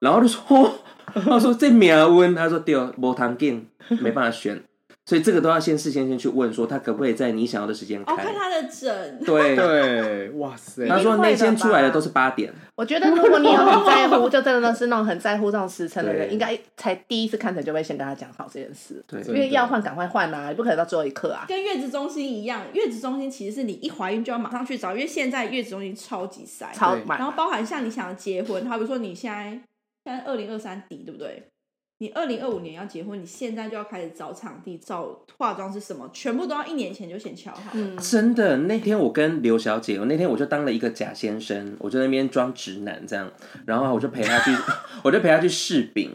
S3: 然后就说，哦她说这命温，她说对哦，无通见，没办法选，所以这个都要先事先先去问说，他可不可以在你想要的时间
S5: 哦，
S3: 开
S5: 看？他的诊，
S3: 对。
S2: 对，哇塞！
S3: 她说
S4: 一定
S3: 那
S4: 会的
S3: 间出来的
S4: 吧
S3: 都是八点，
S4: (laughs) 我觉得如果你有很在乎，就真的是那种很在乎这种时辰的人，
S3: 对
S4: 应该才第一次看诊就会先跟他讲好这件事，
S3: 对，
S4: 因为要换赶快换啊，你不可能到最后一刻啊。
S5: 跟月子中心一样，月子中心其实是你一怀孕就要马上去找，因为现在月子中心超级塞，
S4: 超
S2: 对
S5: 然
S4: 满
S5: 后包含像你想要结婚，好比说你现在现在二零二三底对不对？你二零二五年要结婚，你现在就要开始找场地、找化妆是什么，全部都要一年前就先敲好。嗯，
S3: 真的，那天我跟刘小姐，我那天我就当了一个假先生，我就在那边装直男这样，然后我就陪她去， (laughs) 我就陪她去试饼，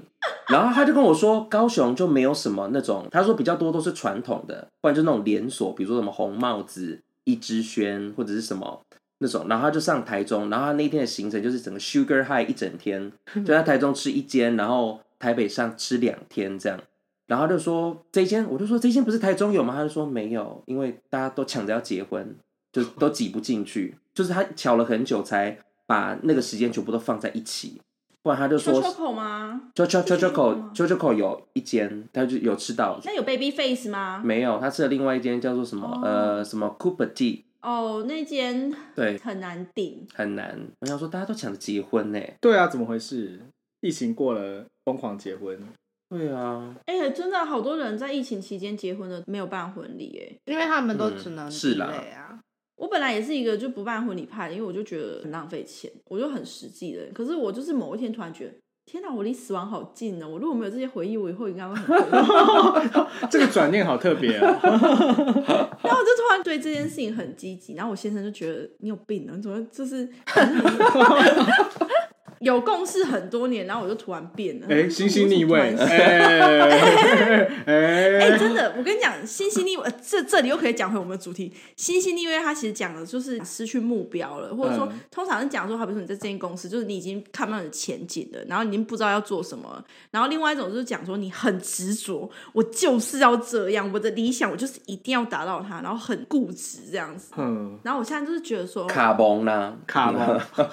S3: 然后她就跟我说，高雄就没有什么那种，她说比较多都是传统的，不然就那种连锁，比如说什么红帽子、一枝轩或者是什么。那种，然后她就上台中，然后她那天的行程就是整个 Sugar High 一整天，就在台中吃一间，然后台北上吃两天这样。然后他就说这一间，我就说这一间不是台中有吗？他就说没有，因为大家都抢着要结婚，就都挤不进去。就是他巧了很久才把那个时间全部都放在一起，不然他就
S5: 秋
S3: 说
S5: 秋口吗？
S3: 就就就就口
S5: 吗
S3: 就就口有一间，他就有吃到，
S5: 那有 baby face 吗？
S3: 没有，他吃了另外一间叫做什么、
S5: 哦
S3: 呃什么 Cooper Tea，
S5: 哦，那间
S3: 对，
S5: 很难订。
S3: 很难。我想说大家都抢着结婚呢，
S2: 对啊，怎么回事？疫情过了，疯狂结婚，
S3: 对啊，
S5: 哎、真的好多人在疫情期间结婚的没有办婚礼，哎，
S4: 因为他们都
S3: 嗯
S4: 只能
S3: 是啦
S4: delay 啊，
S5: 我本来也是一个就不办婚礼派的，因为我就觉得很浪费钱，我就很实际的人。可是我就是某一天突然觉得，天哪，我离死亡好近哦呢！我如果没有这些回忆，我以后应该会很后悔。
S2: (laughs) 这个转念好特别啊！ (laughs)
S5: 然后我就突然对这件事情很积极，然后我先生就觉得你有病啊，你怎么就是反正你 (laughs) 有共识很多年，然后我就突然变了。 (laughs)
S2: 哎，星星逆位，
S5: 我怎么突然
S2: 哎
S5: 哎、
S2: 哎，
S5: 真的，我跟你讲，星星逆位，呃这这里又可以讲回我们的主题。星星逆位，它其实讲的就是失去目标了，或者说，
S2: 嗯
S5: 通常是讲说，好比说你在这间公司，就是你已经看不到你的前景了，然后你已经不知道要做什么了。然后另外一种就是讲说，你很执着，我就是要这样，我的理想我就是一定要达到它，然后很固执这样子。
S2: (laughs) 嗯，
S5: 然后我现在就是觉得说，
S3: 卡啊蒙啦，
S2: 卡了，
S4: 有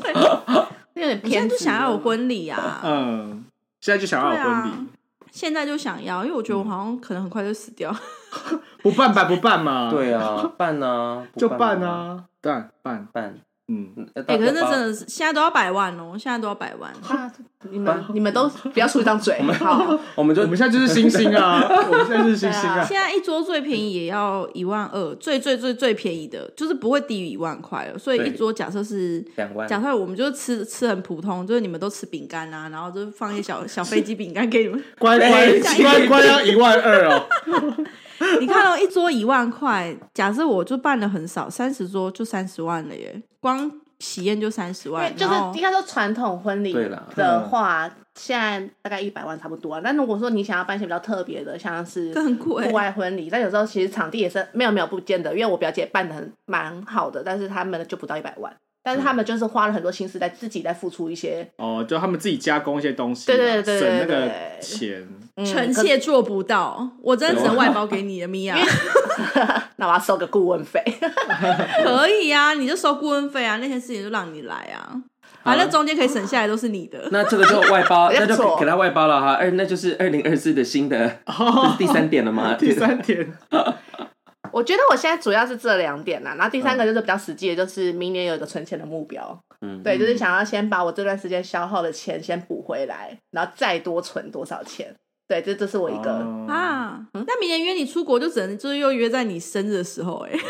S4: 点
S5: 我现在
S4: 偏
S5: 就
S4: 执。
S5: 想要有婚礼啊，
S2: 嗯，现在就想要有婚礼，
S5: 现在就想要，因为我觉得我好像可能很快就死掉。
S2: 不办白不办嘛，，
S3: 对
S2: (laughs)
S3: 啊，办啊，不
S2: 就
S3: 办
S2: 办，啊，办办，
S3: 办。
S2: 嗯，
S3: 哎、
S5: 哎、可是那真的是现在都要百万哦，现在都要百万。
S4: 啊你们你们都不要出一张嘴，好，
S3: 我们就
S2: 我们现在就是星星啊，我们现在就是星星 (laughs) 啊，
S5: 现在一桌最便宜也要一万二，最最最最便宜的就是不会低于一万块了。所以一桌假设是
S3: (laughs) 两万，
S5: 假设我们就是吃吃很普通，就是你们都吃饼干啊，然后就是放一些小小飞机饼干给你们。
S2: 乖
S3: 哎
S2: 乖乖乖要一万二哦， (laughs)
S5: 你看哦，一桌一万块，假设我就办的很少，三十桌就三十万了耶，光喜宴就三十
S4: 因为
S5: 万，
S4: 就是
S5: 然后嗯
S4: 应该说传统婚礼
S3: 对啦
S4: 的话，现在大概一百万差不多啊。但如果说你想要办一些比较特别的，像是
S5: 更贵
S4: 户外婚礼，但有时候其实场地也是没有没有不见得，因为我表姐办的很蛮好的，但是他们就不到一百万，但是他们就是花了很多心思在自己在付出一些，
S2: 哦，就他们自己加工一些东西啊，
S4: 对对对对
S2: 省那
S4: 对
S2: 个
S4: 对
S2: 钱，
S4: 嗯
S5: 臣妾做不到，我真的只能外包给你了，米娅。
S4: 啊那我要收个顾问
S5: (laughs)
S4: 费。
S5: 可以啊，你就收顾问费啊，那些事情就让你来啊，反正中间可以省下来都是你的。
S3: 那这个就外
S5: (laughs)
S3: 包，
S4: 没
S3: 那就
S4: 错
S3: 给他外包了哈。二，那就是二零二四的新的，这是第三点了吗？
S2: (laughs) 哦 (laughs) 第三点，
S4: 我觉得我现在主要是这两点啦，然后第
S5: 嗯
S4: 三个就是比较实际的，就是明年有一个存钱的目标。
S3: 嗯
S4: 对，就是想要先把我这段时间消耗的钱先补回来，然后再多存多少钱。对，这这是我一个，
S2: 哦
S5: 啊，
S3: 嗯
S5: 那明年约你出国就只能就是又约在你生日的时候、
S3: (laughs)
S5: 欸，哎，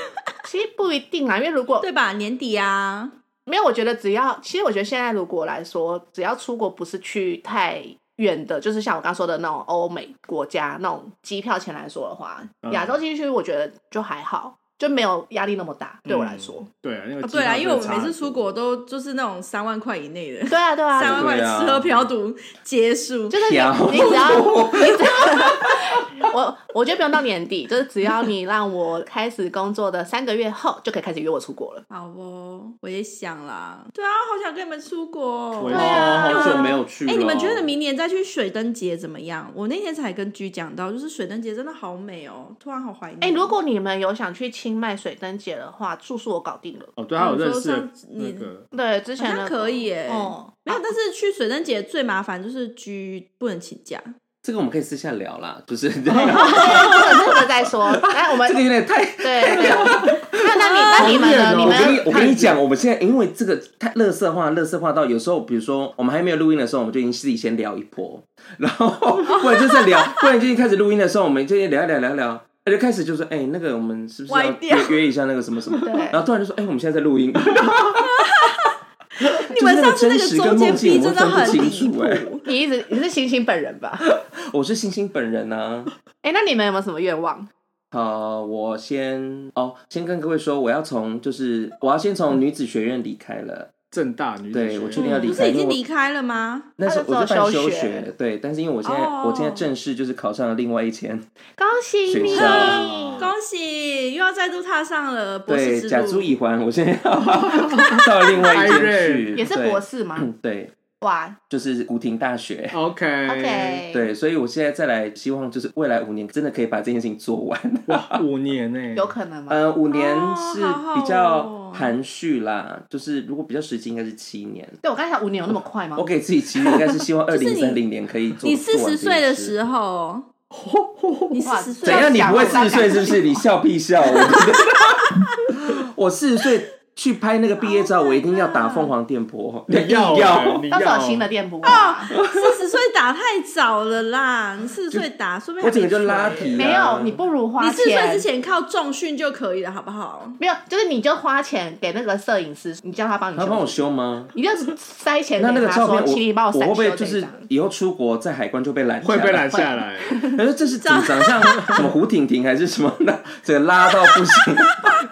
S4: 其实不一定啦，因为如果
S5: 对吧？年底啊，
S4: 没有，我觉得只要，其实我觉得现在如果来说，只要出国不是去太远的，就是像我刚刚说的那种欧美国家那种机票钱来说的话，
S2: 嗯
S4: 亚洲地区我觉得就还好，就没有压力那么大，对我来说。
S2: 对啊，因为
S5: 啊对啊，因为我们
S2: 机票
S5: 每
S2: 真的
S5: 次
S2: 差
S5: 出国都就是那种三万块以
S3: (laughs)
S5: 内的，
S4: 对啊，对啊，
S5: 三万块
S3: 对啊
S5: 吃喝嫖赌结束。
S4: 就是你，
S3: 飘
S4: 你只要，你只要 (laughs) 我我觉得不用到年底，就是只要你让我开始工作的三个月后，就可以开始约我出国了。
S5: 好哦，我也想啦。对啊，好想跟你们出国哦。
S2: 我也
S3: 哦，
S2: 是
S4: 啊
S3: 好久没有去了。
S5: 哎、你们觉得明年再去水灯节怎么样？我那天才跟居讲到，就是水灯节真的好美哦，突然好怀念。
S4: 哎、如果你们有想去清迈水灯节的话，住宿我搞定了。
S2: 哦，对啊，我认识
S5: 哦
S2: 的
S5: 你说上
S2: 那个
S4: 对，之前
S5: 好像
S4: 的
S5: 可以耶
S4: 哦，
S5: 没有，但是去水灯节最麻烦就是居不能请假，
S3: 这个我们可以私下聊啦，
S5: (laughs)
S3: 就是 (laughs) 这
S4: 这个这个再说。来，我们
S3: 个有点太。
S4: 对对，那那你那你们
S5: 呃
S2: 好
S4: 呢？
S3: 我
S4: 你
S3: 跟
S4: 们
S3: 你我跟你讲，我们现在因为这个太乐色化，乐色化到有时候，比如说我们还没有录音的时候，我们就已经自己先聊一波， (laughs) 然后不然就在聊，不然就一开始录音的时候，我们就聊一聊聊一聊，就开始就说，哎、那个我们是不是
S5: 歪
S3: 要
S5: 掉
S3: 约约一下那个什么什么？
S4: 对
S3: 然后突然就说，哎、我们现在在录
S5: (laughs)
S3: 音。 (laughs)
S5: 你们上次那
S3: 真
S5: 个
S3: 实跟
S5: 中间
S3: 梦境
S5: 逼
S3: 我
S5: 真
S3: 都
S5: 的
S3: 分不
S5: 很
S3: 清
S5: 离
S3: 楚哎、
S5: 谱。
S4: 你一直你是星星本人吧？
S3: 我是星星本人啊。
S4: 哎、那你们有没有什么愿望？
S3: 呃，我先哦，先跟各位说，我要从就是我要先从女子学院离开了。
S2: 正大女子
S3: 对
S2: 学
S3: 我
S2: 院
S3: 确定要离
S5: 不
S3: 开，
S5: 是已
S3: 因为
S5: 经
S3: 我
S5: 离开了吗？
S3: 那时候我在
S4: 他
S3: 办
S4: 是做休
S3: 休
S4: 学
S3: 学，对，但是因为我现在、
S5: 哦
S3: 我现在正式就是考上了另外一间，
S4: 恭喜
S3: 学
S4: 你！
S3: 校
S2: 哦
S5: 恭喜，又要再度踏上了博士
S3: 对，
S5: 之
S3: 假租
S5: 路。
S3: 已还，我现
S5: (laughs)
S3: 在要 (laughs) 到另外一间去，
S4: 也是
S3: 对嗯
S4: 博，士吗？
S3: 对，
S4: 哇
S3: 就是古亭大学。
S2: OK
S3: (laughs)
S4: ，OK，，
S3: 对，所以我现在再来，希望就是未来五年真的可以把这件事情做完。
S2: 哇，五年呢，
S4: 有可能吗？
S3: 呃，五年
S5: 哦
S3: 是
S5: 好好
S3: 比较
S5: 哦
S3: 含蓄啦，就是如果比较实际，应该是七年。
S4: 对我刚才讲五年有那么快吗？
S3: 我给自己期许应该是希
S5: (laughs)
S3: 望二
S5: 是
S3: 零
S5: 你
S3: 三零年可以做。
S5: 你
S3: 做
S5: 四
S3: 完
S5: 十
S3: 这件
S5: 岁的
S3: 事
S5: 时候，你四十岁
S3: 怎样？你不会四
S4: 自
S3: 十岁是不是？你笑屁笑！
S2: (laughs)
S3: 我我四十岁去拍那个毕业照，我一定要打凤凰电波，哦
S2: 你要欸
S3: 要。
S2: 你
S4: 到时
S2: 要
S4: 候有新的店铺啊？
S5: 四十岁打太早了啦！你四十岁打，说不定
S3: 我整个就
S5: 还没
S3: 拉
S5: 出来
S3: 皮
S4: 没
S3: 啊
S4: 有，你不如花
S5: 你四十岁
S4: 钱
S5: 之。前靠重训就可以了，好不好？
S4: 没有，就是你就花钱给那个摄影师，你叫他帮你
S3: 他帮我
S4: 修，
S3: 修吗？
S4: 你就塞钱
S3: 那那
S4: 给
S3: 个
S4: 他
S3: 照
S4: 说，
S3: 片
S4: 请你帮
S3: 我
S4: 闪
S3: 会不会
S4: 修
S3: 就
S4: 这一
S3: 是
S4: 张。
S3: 以后出国在海关就被拦？
S2: 会被拦？下来， (laughs)
S3: 可是这是怎么长相？ (laughs) 什么胡婷婷还是什么的？整个拉到不行，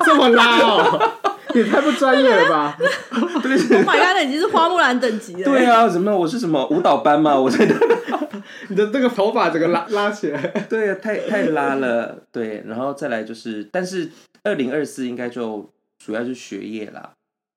S2: 这么拉哦， (laughs) 也太不专业了吧！
S5: Oh my god，那已经是花木兰等级了。
S4: (laughs)
S3: 对啊，怎么我是什么舞蹈班吗？我在
S2: (laughs) 你的这个头发整个拉拉起 (laughs) 来，
S3: 对啊，太太拉了，对，然后再来就是，但是二零二四应该就主要是学业啦，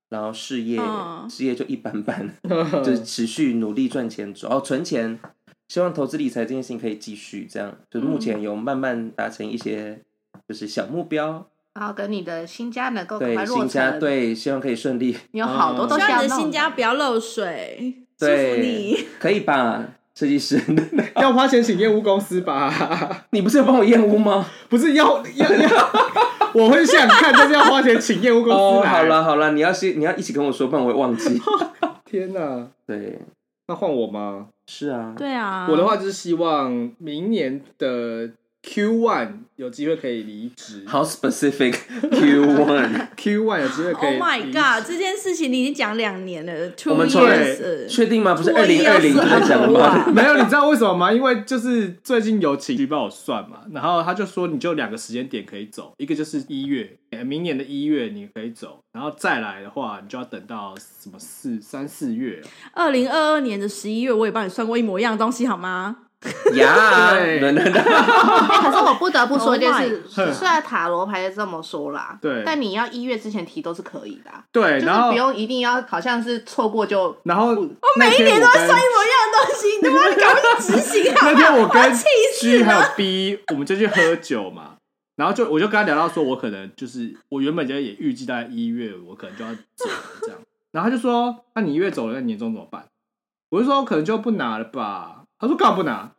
S3: 然后事业、
S5: 嗯
S3: 事业就一般般，
S2: 嗯
S3: 就是持续努力赚钱，然后存钱，希望投资理财这件事情可以继续这样，就是目前有慢慢达成一些就是小目标，
S4: 然后跟你的新家能够赶嗯
S3: 对，
S4: 快落成
S3: 新家，对，希望可以顺利，
S4: 你有好多
S2: 嗯
S4: 东
S5: 希
S4: 西
S5: 望
S4: 要
S5: 你的
S4: 弄
S5: 哦新家不要漏水，祝福
S3: 对
S5: 你。，
S3: (laughs) 可以吧？设计师， (laughs)
S2: 要花钱请验屋公司吧？
S3: 你不是有帮我验屋吗？
S2: 不是要要 (laughs) 要，我会想看，但是要花钱请验屋公
S3: 哦，
S2: 司来。
S3: 好了好了，你要是你要一起跟我说，不然我会忘记。 (laughs)
S2: 天哪，
S3: 对，
S2: 那换我吗？
S3: 是啊，
S5: 对啊，
S2: 我的话就是希望明年的 Q one 有机会可以离职
S3: 好 specific (laughs) Q
S2: (laughs)
S3: one，
S2: ，Q one 有机会
S5: ，Oh
S2: 可以离职。
S5: my god，这件事情你已经讲两年了
S3: 我
S5: ，two
S3: 们从
S5: years，
S3: 确定吗？不是
S5: Two
S3: 二零二零
S5: years
S3: 才讲 (laughs) 吗？
S2: 没有，你知道为什么吗？因为就是最近有请去帮我算嘛，然后他就说你就两个时间点可以走，一个就是一月，呃明年的一月你可以走，然后再来的话，你就要等到什么四三四月哦、
S5: 二零二二年的十一月，我也帮你算过一模一样的东西，好吗？
S3: 呀， (laughs)
S2: 对
S3: 等等等，
S4: 哎
S5: 哦
S4: 可是我不得不说一件事
S2: Oh my
S4: 虽然塔罗牌是这么说啦，
S2: 对
S4: 但你要一月之前提都是可以的啊，
S2: 对，
S3: 哎
S4: 就是
S2: 然后
S4: 不用一定要好像是错过就
S2: 然后我
S5: 每一年都会算一模
S2: 算
S5: 一样的东西， (laughs) 你他妈赶快去执
S2: 那
S5: 行好不好？
S2: 天我
S5: 要
S2: 跟
S5: 气死
S2: G 还有
S5: 了
S2: B，我们就去喝酒嘛，然后就我就跟他聊到说，我可能就是我原本觉得也预计大概一月，我可能就要走了这样，然后他就说，那你一月走了，那年终怎么办？我就说可能就不拿了吧，他说干嘛不拿？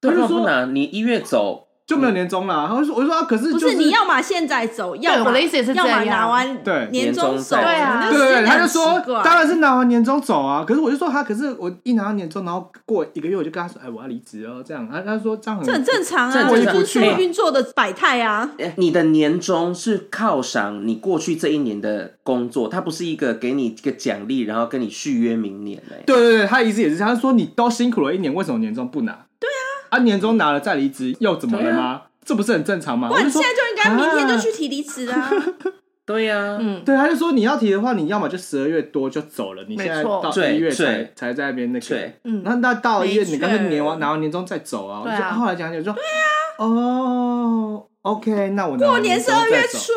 S2: 他
S3: 他
S2: 就
S3: 就说
S2: 说
S3: 呢，你一月走，
S2: 就没有年终啦。他就说我就说、啊、可是
S5: 不
S2: 就是
S5: 你要么现在走，要么
S4: 我的意思也是这
S5: 要
S4: 样
S5: 么拿完
S2: 对
S5: 年
S3: 年
S5: 终走，
S3: 终再
S4: 对啊
S5: 那
S2: 对
S5: 时
S2: 对，
S5: 间
S2: 他就
S5: 很
S2: 说
S5: 奇怪
S2: 当然是拿完年终走啊。可是我就说他，可是我一拿到年终，然后过一个月我就跟他说，哎，我要离职哦，这样。他他说这样很
S5: 这很正常
S3: 这
S5: 啊，
S3: 很
S5: 这
S3: 正常
S5: 就是社会运作的百态啊。
S3: 哎你的年终是犒赏你过去这一年的工作，它不是一个给你一个奖励，然后跟你续约明年欸嘞。
S2: 对对对，他的意思也是，他说你都辛苦了一年，为什么年终不拿？对啊，啊年终拿了再离职又怎么了吗？这不是很正常吗？
S5: 不
S2: 我
S5: 然
S2: 就
S5: 啊你现
S2: 说
S5: 在就应该明天就
S2: 啊
S5: 去提离职啊。
S3: 对呀，
S4: 嗯，
S2: 对，他就说你要提的话，你要么就十二月多就走了，你现在
S4: 没错
S2: 到
S3: 对
S2: 一月才
S3: 对
S2: 才在那边那个
S3: 对，
S4: 嗯
S2: 那那到一月
S5: 没错
S2: 你干脆年完拿完年终再走啊。我就
S4: 对啊
S2: 后来讲讲就说，对啊，哦，OK，那我拿完
S5: 过年
S2: 年
S5: 十
S2: 终
S5: 二
S2: 再
S5: 月
S2: 走
S5: 初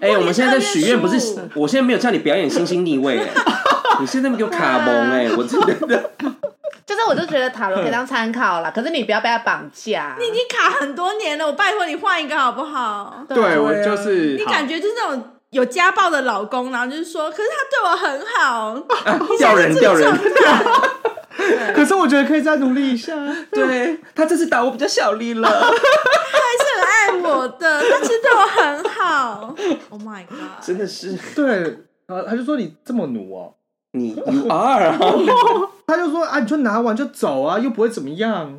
S5: 哎、
S3: 哎，我们现在在许愿，不
S5: 过年
S3: 是
S5: 12月初
S3: 我现在没有叫你表演星星逆位，哎，你现在给我卡蒙哎，我真的
S4: 就是我就觉得塔罗可以当参
S3: (laughs)
S4: 考啦，可是你不要被它绑架，啊
S5: 你已经卡很多年了，我拜托你换一个好不好？
S2: 对我
S3: 对啊
S2: 就是
S5: 你
S2: 好
S5: 感觉就是那种有家暴的老公，然后就是说，可是他对我很好，
S3: 吊人吊人。
S2: 可是我觉得可以再努力一下。
S3: 对他这次打我比较小力了，
S5: 他很爱我的，他其实对我很好。Oh my god！
S3: 真的是
S2: 对，啊，他就说你这么努哦，
S3: 你 you are 啊， (laughs)
S2: 他就说啊，你就拿完就走啊，又不会怎么样。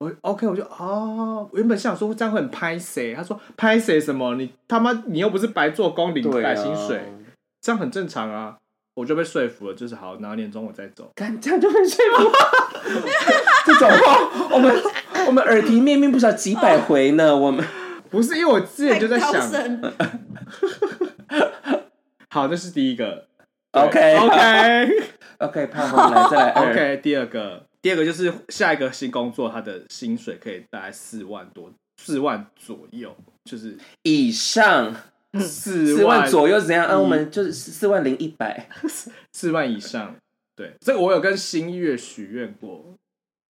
S2: 我 OK，我就哦，我原本想说这样会很拍谁，他说拍谁什么？你他妈你又不是白做工领
S3: 对啊
S2: 白薪水，这样很正常啊。我就被说服了，就是好拿年终我再走。
S3: 干这样就被说服，这种话我们我们耳提面命不晓几百回呢，我们
S2: 不是因为我之前就在
S5: 太高
S2: 想，
S5: 深
S2: 好，这是第一个。
S3: OK
S2: OK
S3: (laughs) OK 胖红来再来二
S2: OK，第二个，第二个就是下一个新工作，他的薪水可以大概四万多，四万左右，就是
S3: 以上 (laughs)
S2: 四
S3: 四万左右怎样？啊，
S2: 嗯
S3: 我们就是四万零一百，
S2: 四万以上。对，这个我有跟新月许愿过，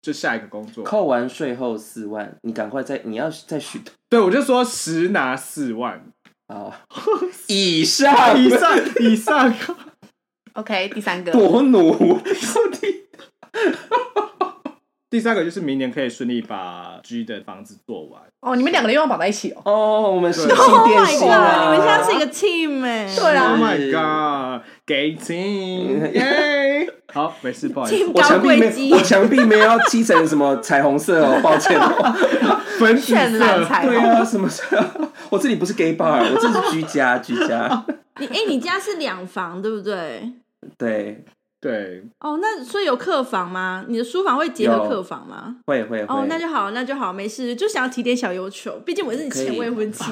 S2: 就下一个工作。
S3: 扣完税后四万，你赶快再你要再许多
S2: 对，我就说十拿四万
S3: 好，以上
S2: 以上以上，
S4: OK，第三个，
S3: 多努 (laughs) 到底
S2: 第三个就是明年可以顺利把 G 的房子做完。
S4: 哦，你们两个的愿望绑在一起哦，
S3: 哦，我们是
S2: 对
S3: 新
S5: Oh
S3: 电
S5: my
S3: 信啊
S5: god！你们现在是一个 team 哎、
S4: 对啊
S2: Oh my god，给金耶！好，没事，不好意思，
S5: Team
S3: 我
S5: 高
S3: 墙壁
S5: 贵
S3: 没，
S5: 鸡
S3: 我。墙壁没有要漆成什么彩虹色哦，抱歉哦。
S2: 粉紫
S4: 绚烂
S2: 色。
S4: 彩
S3: 对
S4: 虹，
S3: 啊，什么色？ (laughs) 我这里不是 gay bar，我这是居家居家。
S5: 你哎、你家是两房对不对？
S3: 对，
S2: 对，
S5: 哦，那所以有客房吗？你的书房会结合
S3: 有
S5: 客房吗？
S3: 会会会。
S5: 哦，那就好，那就好，没事，就想要提点小要求，毕竟我是你
S3: 可以
S5: 前未婚妻，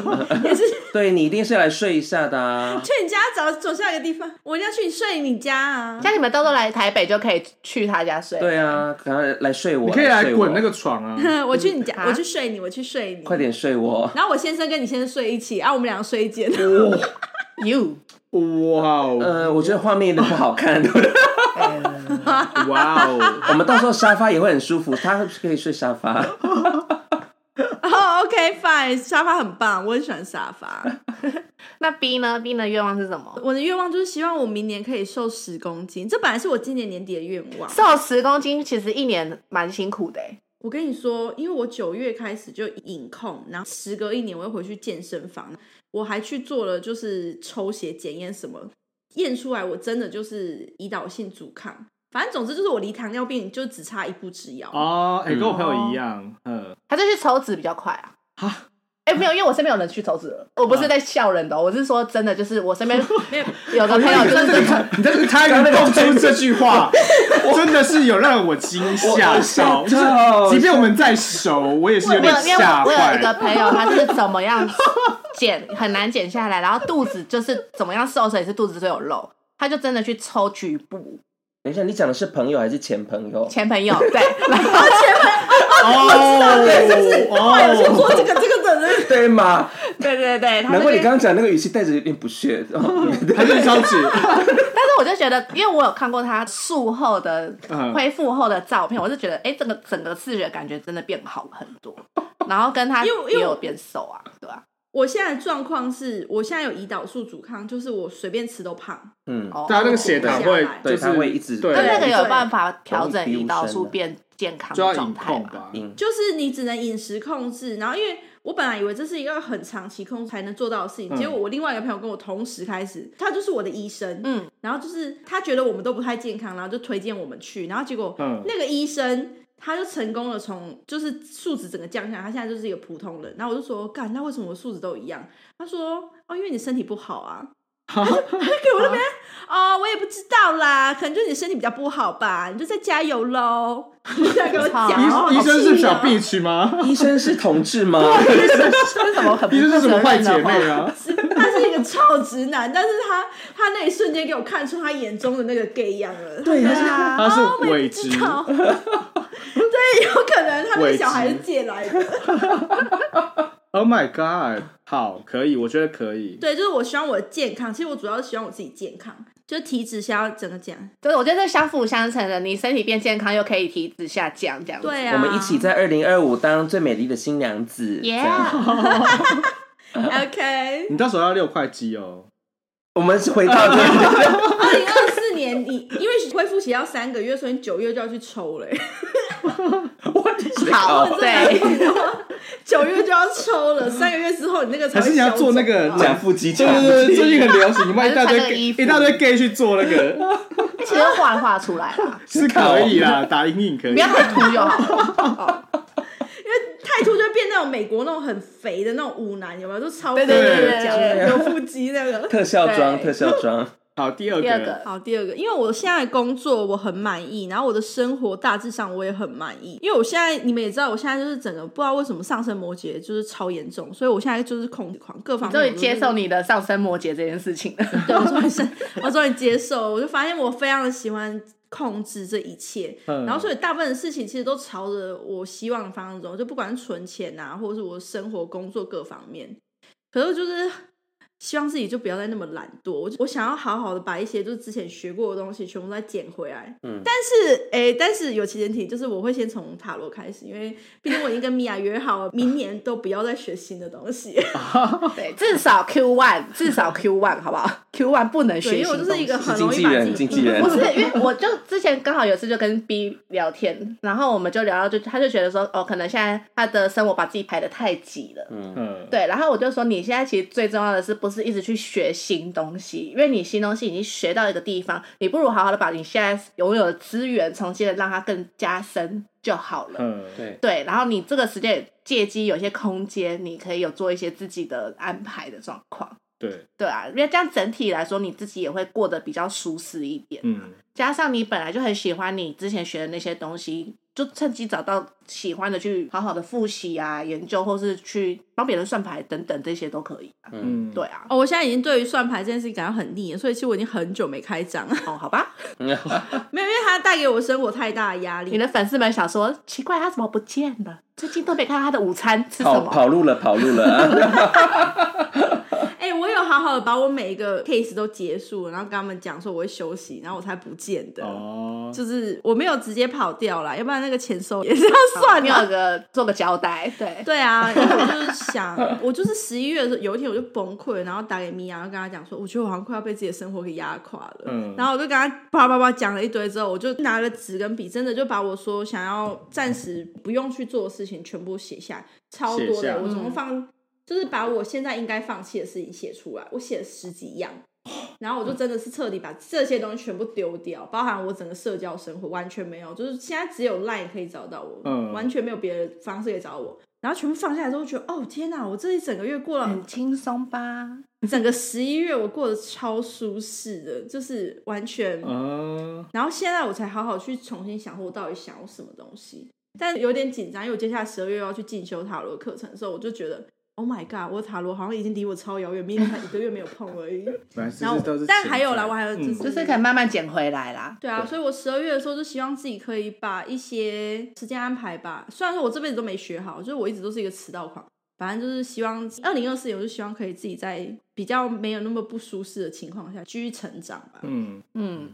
S5: 也是
S3: 对你一定是来睡一下的啊。
S5: 去你家找总是要有一个地方，我一定要去你睡你家啊。
S4: 像你们到时候来台北就可以去他家睡。
S3: 对啊，可能来睡我，
S2: 你可以来
S3: 睡 (laughs)
S2: 滚
S3: 我
S2: 那个床啊！
S5: 我去你家，
S4: 啊
S5: 我去睡你，我去睡你。
S3: 快！点睡我。
S5: 然后我先生跟你先生睡一起，啊，我们两个睡一间。
S4: ，you，
S2: 哇哦，
S3: 呃，我觉得画面有点不好
S5: (laughs)
S3: 看，对不对？
S2: 哇哦，
S3: 我们到时候沙发也会很舒服，他是可以睡沙发。
S5: (laughs) 哦，OK，fine，沙发很棒，我很喜欢沙发。
S4: 那 B 呢？B 的愿望是什么？
S5: 我的愿望就是希望我明年可以瘦十公斤，这本来是我今年年底的愿望。
S4: 瘦十公斤其实一年蛮辛苦的欸、
S5: 我跟你说，因为我九月开始就隐控，然后时隔一年我又回去健身房，我还去做了就是抽血检验什么，验出来我真的就是胰岛性阻抗。反正总之就是我离糖尿病就只差一步之遥。
S2: 哦，哎，
S3: 嗯
S2: 跟我朋友一
S3: 哦
S2: 样，嗯，
S4: 他就去抽脂比较快啊。
S2: 哈，
S4: 哎、没有，因为我身边有人去抽脂了，我不是在笑人的哦、我是说真的，就是我 (laughs) 身边有个朋友就是真的
S2: 你在这里开
S3: 刚
S2: 源
S3: 刚那
S2: 蹦
S3: 个
S2: 出这句话，真的是有让我惊吓到，
S3: 我
S2: 就是即便我们再熟，我也是有
S4: 我
S2: 点
S4: 有，因为
S2: 吓
S4: 我我有一个
S2: 坏。
S4: 朋友，他是怎么样减 (laughs) 很难减下来，然后肚子就是怎么样瘦身也是肚子都有肉，他就真的去抽局部
S3: 等一下，你讲的是朋友还是前朋友？
S4: 前朋友对， (laughs) 然后
S2: 哦，哦，
S5: 这个这个的人，
S3: 对嘛？
S4: 对对对，他
S3: 难
S4: 就
S3: 怪你
S4: 去
S3: 刚刚讲那个语气带着有点不屑。哦
S5: 嗯
S2: 还是消极，
S4: 但是我就觉得，因为我有看过他术后的
S2: 嗯
S4: 恢复后的照片，我就觉得，哎、这个整个视觉感觉真的变好很多，然后跟他
S5: 因为因为
S4: 也有
S5: 我
S4: 变瘦啊，对吧、
S5: 我现在的状况是我现在有胰岛素阻抗，就是我随便吃都胖。
S3: 嗯，
S4: 哦，
S2: 对啊，那个血糖会
S3: 对，
S2: 就
S3: 他
S2: 是
S3: 会一直
S2: 对
S4: 那那个
S5: 对
S4: 有办法调整
S3: 容易逼
S4: 胰岛
S3: 无声
S4: 素
S3: 的
S4: 变健康
S2: 就要
S4: 的
S2: 隐
S4: 状态
S2: 控
S4: 嘛？
S2: 吧。
S3: 嗯
S5: 就是你只能饮食控制，然后因为我本来以为这是一个很长期控制才能做到的事情，
S2: 嗯
S5: 结果我另外一个朋友跟我同时开始，他就是我的医生，
S4: 嗯，
S5: 然后就是他觉得我们都不太健康，然后就推荐我们去，然后结果
S2: 嗯
S5: 那个医生。他就成功了从就是数值整个降下来，他现在就是一个普通人。然后我就说，干，那为什么我数值都一样？他说，哦，因为你身体不好啊。他就给我那边，哦，我也不知道啦，可能就是你身体比较不好吧，你就再加油 (laughs) 喽。你在给我讲，
S2: (laughs)
S5: 好
S2: 医医生是
S5: 气哦
S2: 小 B 区吗？
S3: 医生是同志吗？
S4: 这是什么很不
S2: 医生是什么
S4: 负责
S2: 坏
S4: 任的
S2: 姐
S4: 话
S2: 妹？啊？
S5: 他是一个臭直男，但是他他那一瞬间给我看出他眼中的那个 gay 样了。对啊，
S2: 他是
S5: 哦我也
S2: 伪
S5: 不
S2: 直
S5: 知道对，有可能他那
S2: 伪直
S5: 个小孩是借来的。
S2: Oh my god！好，可以，我觉得可以。
S5: 对，就是我希望我的健康，其实我主要是希望我自己健康，就是体脂想要整个减。
S4: 对，我觉得这相辅相成的，你身体变健康，又可以体脂下降，这样子。
S5: 对啊，
S3: 我们一起。在二零二五当最美丽的新娘子。这
S4: Yeah
S3: 样
S2: (laughs)
S5: OK，
S2: 你到时候要六块肌哦。
S3: 我们是回到这
S4: (laughs)
S3: 个，
S5: 二零二四年你因为恢复期要三个月，所以你九月就要去抽了、欸。 (laughs)
S4: 好，对，哎
S5: 九月就要抽了，三个月之后你那个才
S2: 还
S5: 会
S2: 是你要
S5: 消
S2: 做那
S5: 肿
S2: 个
S5: 啊
S2: 假
S3: 腹肌
S2: 对
S3: (laughs)
S2: 对对，最近很流行，你卖一大堆
S4: 还是穿那个
S2: gay,
S4: 衣服
S2: 一大堆 gay 去做那个
S4: 其实画画出来
S2: (laughs)
S4: 了，
S2: 是可以啦，打阴影可以
S4: 不。要太秃就
S2: (laughs)
S4: 好了。
S5: 太秃就变那种美国那种很肥的那种舞男，有没有？就超
S4: 对
S5: 肥
S4: 对
S2: 对对
S5: 的
S4: 对
S5: 讲
S4: 对
S5: 的有腹肌那个。
S3: 特效妆，
S4: 对
S3: 特效妆。
S2: 好，第二
S4: 第二
S2: 个
S4: 个，
S5: 好，第二个，因为我现在的工作我很满意，然后我的生活大致上我也很满意，因为我现在你们也知道，我现在就是整个不知道为什么上升摩羯就是超严重，所以我现在就是控制狂，各方面
S4: 终
S5: 我
S4: 于
S5: 都是
S4: 接受你的上升摩羯这件事情了。
S5: 对，我终于是，我终于接受，我就发现我非常的喜欢控制这一切，
S2: 嗯
S5: 然后所以大部分的事情其实都朝着我希望的方向走，就不管是存钱啊，或者是我生活、工作各方面，可是我就是希望自己就不要再那么懒惰，我我想要好好的把一些就是之前学过的东西全部再捡回来，
S3: 嗯
S5: 但是诶、但是有其前提，就是我会先从塔罗开始，因为毕竟我已经跟米娅约好，明年都不要再学新的东西。
S3: 啊
S4: 对，至少 Q one，至少 Q one，好不好？Q one 不
S5: (laughs)
S4: 能
S5: 对，
S4: 学
S5: 因为我
S4: 新
S5: 就
S4: 东
S5: 是一 (laughs)
S4: 西
S5: 个很
S3: 经
S5: 容
S3: 纪
S5: 易把自
S3: 人，
S5: 己
S3: 经纪人
S4: 不。是，因 (laughs) 为我就之前刚好有一次就跟 B 聊天，然后我们就聊到就，他就觉得说，哦，可能现在他的生活把自己排的太挤了，
S2: 嗯，
S4: 对。然后我就说，你现在其实最重要的是，不是一直去学新东西，因为你新东西已经学到一个地方，你不如好好的把你现在拥有的资源重新的让它更加深就好了。
S2: 嗯，
S3: 对，
S4: 对，然后你这个时间也借机有一些空间，你可以有做一些自己的安排的状况。
S2: 对，
S4: 对啊，因为这样整体来说，你自己也会过得比较舒适一点。
S2: 嗯，
S4: 加上你本来就很喜欢你之前学的那些东西，就趁机找到喜欢的去好好的复习啊、研究，或是去帮别人算牌等等，这些都可以、啊。
S3: 嗯，
S2: 嗯，
S4: 对，啊，
S5: (laughs) 哦，我现在已经对于算牌这件事情感到很腻了，所以其实我已经很久没开张，
S4: 哦，好吧，
S5: (laughs)
S3: 嗯
S5: 没有，因为它带给我生活太大的压力
S4: 你。的粉丝们想说，奇怪，他怎么不见了？最近都没看到他的午餐吃什
S3: 跑
S4: 么？
S3: 跑路了，跑路了。
S4: (laughs)
S5: 哎、我有好好的把我每一个 case 都结束，然后跟他们讲说我会休息，然后我才不见的。
S2: 哦，
S5: 就是我没有直接跑掉啦，要不然那个钱收也是要
S4: 算
S5: 算
S4: 你
S5: 的。
S4: 有个做个交代，对，
S5: 对啊，然后我就是想，我就是十一月的时候，有一天我就崩溃了，然后打给米娅，然后跟她讲说，我觉得我好像快要被自己的生活给压垮了。
S2: 嗯
S5: 然后我就跟她叭叭叭讲了一堆之后，我就拿了纸跟笔，真的就把我说想要暂时不用去做的事情全部写下来，超多
S2: 写下
S5: 的，我总共放、就是把我现在应该放弃的事情写出来，我写了十几样。然后我就真的是彻底把这些东西全部丢掉，包含我整个社交生活完全没有，就是现在只有 LINE 可以找到我，
S2: 嗯
S5: 完全没有别的方式可以找到我。然后全部放下来之后，觉得哦天哪，我这一整个月过了
S4: 很，轻松吧？
S5: 整个十一月我过得超舒适的，就是完全。
S2: 嗯，
S5: 然后现在我才好好去重新想，我到底想要什么东西。但有点紧张，因为我接下来十二月要去进修塔罗课程的时候，我就觉得 Oh my god，我塔罗好像已经离我超遥远，明明才一个月没有碰而已。
S2: 反正
S5: 然后
S2: 这都是，
S5: 但还有啦，我还有就
S2: 嗯
S5: 是，
S4: 就是可以慢慢捡回来啦。
S5: 对啊，所以我十二月的时候就希望自己可以把一些时间安排吧。虽然说我这辈子都没学好，就是我一直都是一个迟到狂，反正就是希望二零二四年，我就希望可以自己在比较没有那么不舒适的情况下继续成长吧。
S2: 嗯，
S4: 嗯，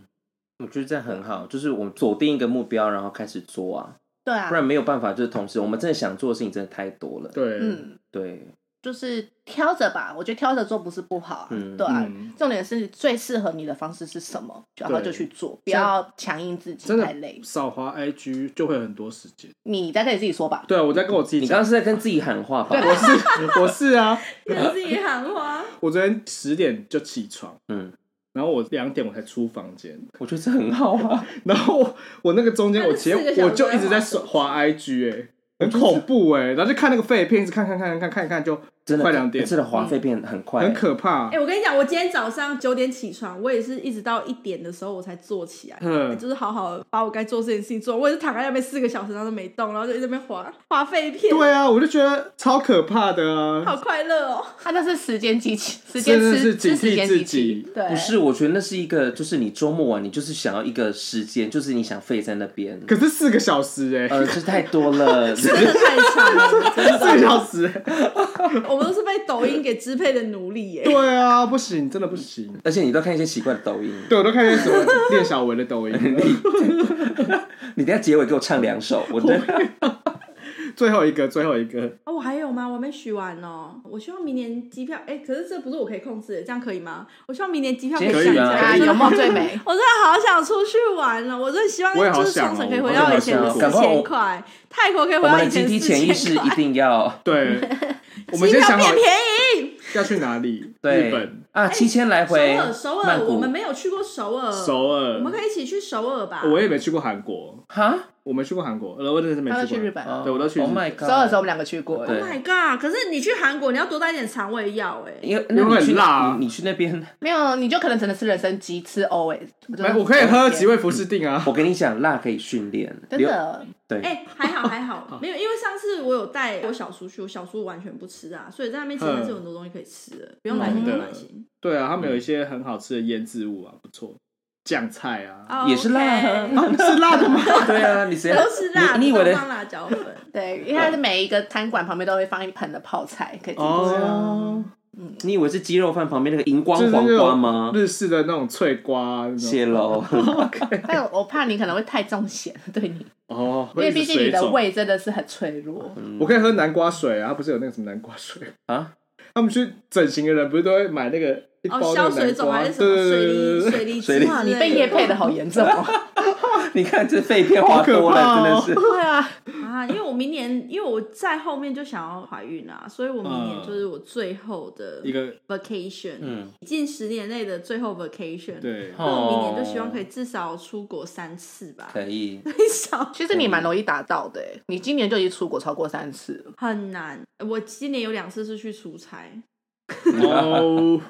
S3: 我觉得这样很好，就是我们锁定一个目标，然后开始做啊，
S4: 对啊
S3: 不，然没有办法。就是同时，我们真的想做的事情真的太多了。
S2: 对，
S4: 嗯，
S3: 对，
S4: 就是挑着吧，我觉得挑着做不是不好啊，
S3: 嗯
S4: 对啊。
S2: 嗯
S4: 重点是最适合你的方式是什么，然后
S2: 对
S4: 就去做，不要强硬自己
S2: 真
S4: 太累
S2: 的。少滑 IG 就会很多时间。
S4: 你再跟你自己说吧，
S2: 对啊，我在跟我自己
S3: 你刚
S2: 讲
S3: 刚，是在跟自己喊话吧？
S2: 我是 (laughs) 我是啊，
S5: 跟自己喊话，
S2: 我昨天十点就起床，
S3: 嗯，
S2: 然后我两点我才出房间，
S3: 我觉得这很好啊。
S2: 然后我我那个中间
S5: 那
S2: 我
S5: 你
S2: 其实
S5: 四个小时
S2: 我就一直在
S5: 在滑手机
S2: 滑 IG 哎、很恐怖哎、然后就看那个废片，一直看看看看看一看就
S3: 真的
S2: 快两点
S3: 真的
S4: 嗯
S3: 花费变很快、
S2: 很可怕
S5: 哎、。我跟你讲，我今天早上九点起床，我也是一直到一点的时候我才坐起来，
S2: 嗯
S5: 就是好好把我该做这件事情做完。我也是躺在那边四个小时，然后都没动，然后就一直在那边划划废片，
S2: 对啊，我就觉得超可怕的啊，
S5: 好快乐哦。 (laughs)
S4: 他啊那是时间机器，时间
S2: 真的是警
S4: 吃吃时
S2: 惕
S4: 间
S2: 自
S4: 机器，
S2: 己。
S4: 对，
S3: 不是，我觉得那是一个，就是你周末玩，你就是想要一个时间，就是你想废在那边。
S2: 可是四个小时哎、
S3: 呃，这太多
S2: (laughs)
S3: 了，
S5: 真的太长了，真
S2: 呃四个
S5: 的，
S2: 小时、欸，
S5: 我们都是被抖音给支配的奴隶耶。
S2: 对啊，不行，真的不行。
S3: 而且你都看一些奇怪的抖音。
S2: 对，我都看见什么练小文的抖音了， (laughs)
S3: 你等一下结尾给我唱两首，
S5: (laughs)
S3: 我真的
S2: 最后一个，最后一个，
S5: 啊、我还有吗？我还没许完哦。我希望明年机票，哎、可是这不是我可以控制的，这样可以吗？我希望明年机票
S3: 可
S5: 可
S3: 以
S5: 以想一
S3: 啊
S5: 下。
S4: 啊，
S3: 可以
S4: 有梦最美
S5: 我真的好想出去玩了，我真的希望
S2: 我也好
S5: 就是
S2: 想哦
S5: 冲绳可以
S2: 我
S5: 回
S2: 真的
S5: 到
S2: 好
S5: 以前的
S2: 想
S5: 四
S3: 赶快我
S5: 千块，泰国可以
S3: 我
S5: 回
S3: 们的
S5: 到以
S3: 集
S5: 前
S3: 体
S5: 的
S3: 潜意
S5: 四
S3: 识
S5: 千
S3: 一
S5: 块，
S3: 定要啊
S5: (laughs)
S2: 对，我们
S5: 机
S2: 先
S5: 票
S2: 想好
S5: 变便宜。
S2: 要去哪里，
S3: 对
S2: 日本、
S3: 啊，七千来
S5: 哎首
S3: 回
S5: 尔，首
S3: 曼
S5: 尔，
S3: 谷
S5: 我们没有去过首尔，
S2: 首
S5: 我们可
S2: 尔，
S5: 以一起去首尔吧。
S2: 我也没去过韩国，
S3: 哈，
S2: 我没去过韩国，呃，我真的是没
S4: 他
S2: 去
S4: 都
S2: 过
S4: 去日本，
S2: 对我都去日
S3: Oh
S2: 本
S3: my god！
S4: 所有的时候我们两个去过，
S3: 对
S5: Oh my god！可是你去韩国，你要多带一点肠胃药哎、
S3: 因为
S2: 因为
S3: 你去
S2: 很辣啊
S3: 你你去那边，
S4: 没有你就可能只能吃人参鸡，吃 always。
S2: 没，哎我可以喝几，味服士定啊。
S3: 我跟你讲，辣可以训练，
S4: 真
S3: 流
S4: 的
S3: 对，
S5: 哎、还好还好，没有，因为上次我有带我小叔去，我小叔完全不吃啊，所以在那边其实还是有很多东西可以吃的，不用担心，
S2: 嗯
S5: 不用担心。
S2: 对啊，他们有一些很好吃的腌制物啊，不错，酱菜啊，
S5: 哦
S3: 也是辣啊
S5: OK
S2: 是辣的吗？
S3: 对啊，你谁
S5: 都是辣，
S3: 你你以为
S5: 都
S3: 的
S5: 放辣椒粉。
S4: 对，因为它是每一个餐馆旁边都会放一盆的泡菜，可以自己吃。
S2: 哦，
S3: 你以为是鸡肉饭旁边那个荧光
S2: 就是
S3: 黄
S2: 那
S3: 瓜
S2: 种
S3: 吗？
S2: 日式的那种脆瓜啊那种。
S3: 谢
S5: (laughs)
S3: 喽，
S4: 但我怕你可能会太重咸，对你，
S2: 哦，会
S4: 因为
S2: 一直
S4: 毕竟你
S2: 水
S4: 的
S2: 肿。嗯
S4: 胃真的是很脆弱。
S2: 我可以喝南瓜水啊，它不是有那个什么南瓜水
S3: 啊？
S2: 他们去整形的人不是都会买那个一包
S5: 哦，
S2: 那
S5: 消
S2: 个
S5: 水
S2: 南
S5: 肿
S2: 瓜？
S5: 还
S2: 对
S5: 是什么
S2: 对对对对
S5: 水梨水梨
S3: 水梨
S5: 哇
S4: 你被夜配的好严重哦！
S3: (laughs) 你看这肺片滑多
S2: 好可
S4: (laughs)
S2: 怕
S3: 了，
S2: 哦
S3: 真的是。
S4: 对啊，
S5: 啊！因为我明年，因为我在后面就想要怀孕啊，所以我明年就是我最后的
S2: 对，一个
S5: vacation，
S3: 嗯，
S5: 近十年内的最后 vacation。，
S2: 对，
S5: 那我明年就希望可以至少出国三次吧，
S3: 可以，。
S5: 最少
S4: 其实你蛮容易达到的欸，你嗯今年就已经出国超过三次了。
S5: 很难。我今年有两次是去出差，
S2: 哦，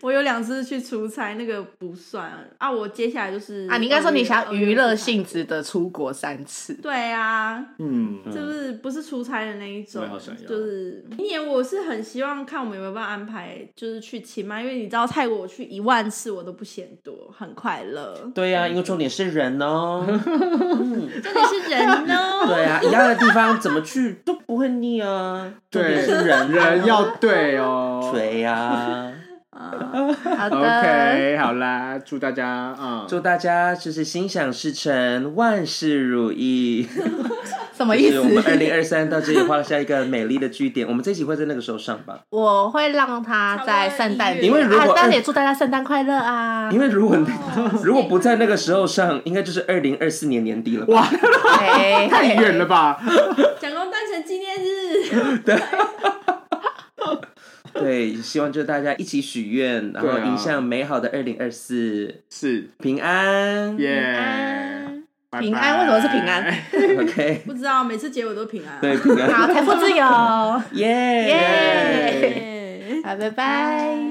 S5: 我有两次去出差，那个不算啊。我接下来就是哦
S4: 啊，你应该说你想要
S5: 二月
S4: 娱乐性。质的出国三次
S5: 二月，对啊，
S2: 嗯，
S5: 就是不是出差的那一种
S2: 我也好想要，
S5: 就是明年我是很希望看我们有没有办法安排，就是去清迈，因为你知道泰国我去一万次我都不嫌多，很快乐
S4: (laughs)
S3: 对呀、因为重点是人哦。
S5: 重点是人呢，
S3: (laughs) 对啊，一样的地方怎么去 (laughs) 都不会腻啊。重点
S2: 对，
S3: 是人，啊
S2: 人要对
S3: (laughs)
S2: 哦。
S3: 对呀。
S4: (laughs) 好的
S2: OK，好啦，祝大家啊，
S3: (laughs) 祝大家就是心想事成，万事如 (laughs) 意。
S4: 什么意
S3: 就是我们二
S4: 思？
S3: 零二三到这里画下一个美丽的句点。我们这集会在那个时候上 (laughs) 吧？
S4: (laughs) 我会让他在圣诞节，
S5: 因
S3: 为如果
S4: 啊当然也祝大家圣诞快乐啊！
S3: 因为如果你如果不在那个时候上，应该就是二零二四年年底了吧。
S2: 哇，
S4: (laughs) 哎
S2: 太远了吧？
S5: 蒋公诞辰纪念日， (laughs)
S3: 对，希望就大家一起许愿，然后
S2: 对啊
S3: 迎向美好的二零二四，
S2: (laughs) 是
S3: 平安。
S2: 耶，拜
S4: 平安为什么是
S2: (laughs)
S4: 平安？
S3: OK，
S5: 不知道每次结尾都平安。啊
S3: 对，平安。
S4: 好，财富自由，
S3: 耶
S4: 耶
S5: 耶。
S4: 好，拜拜。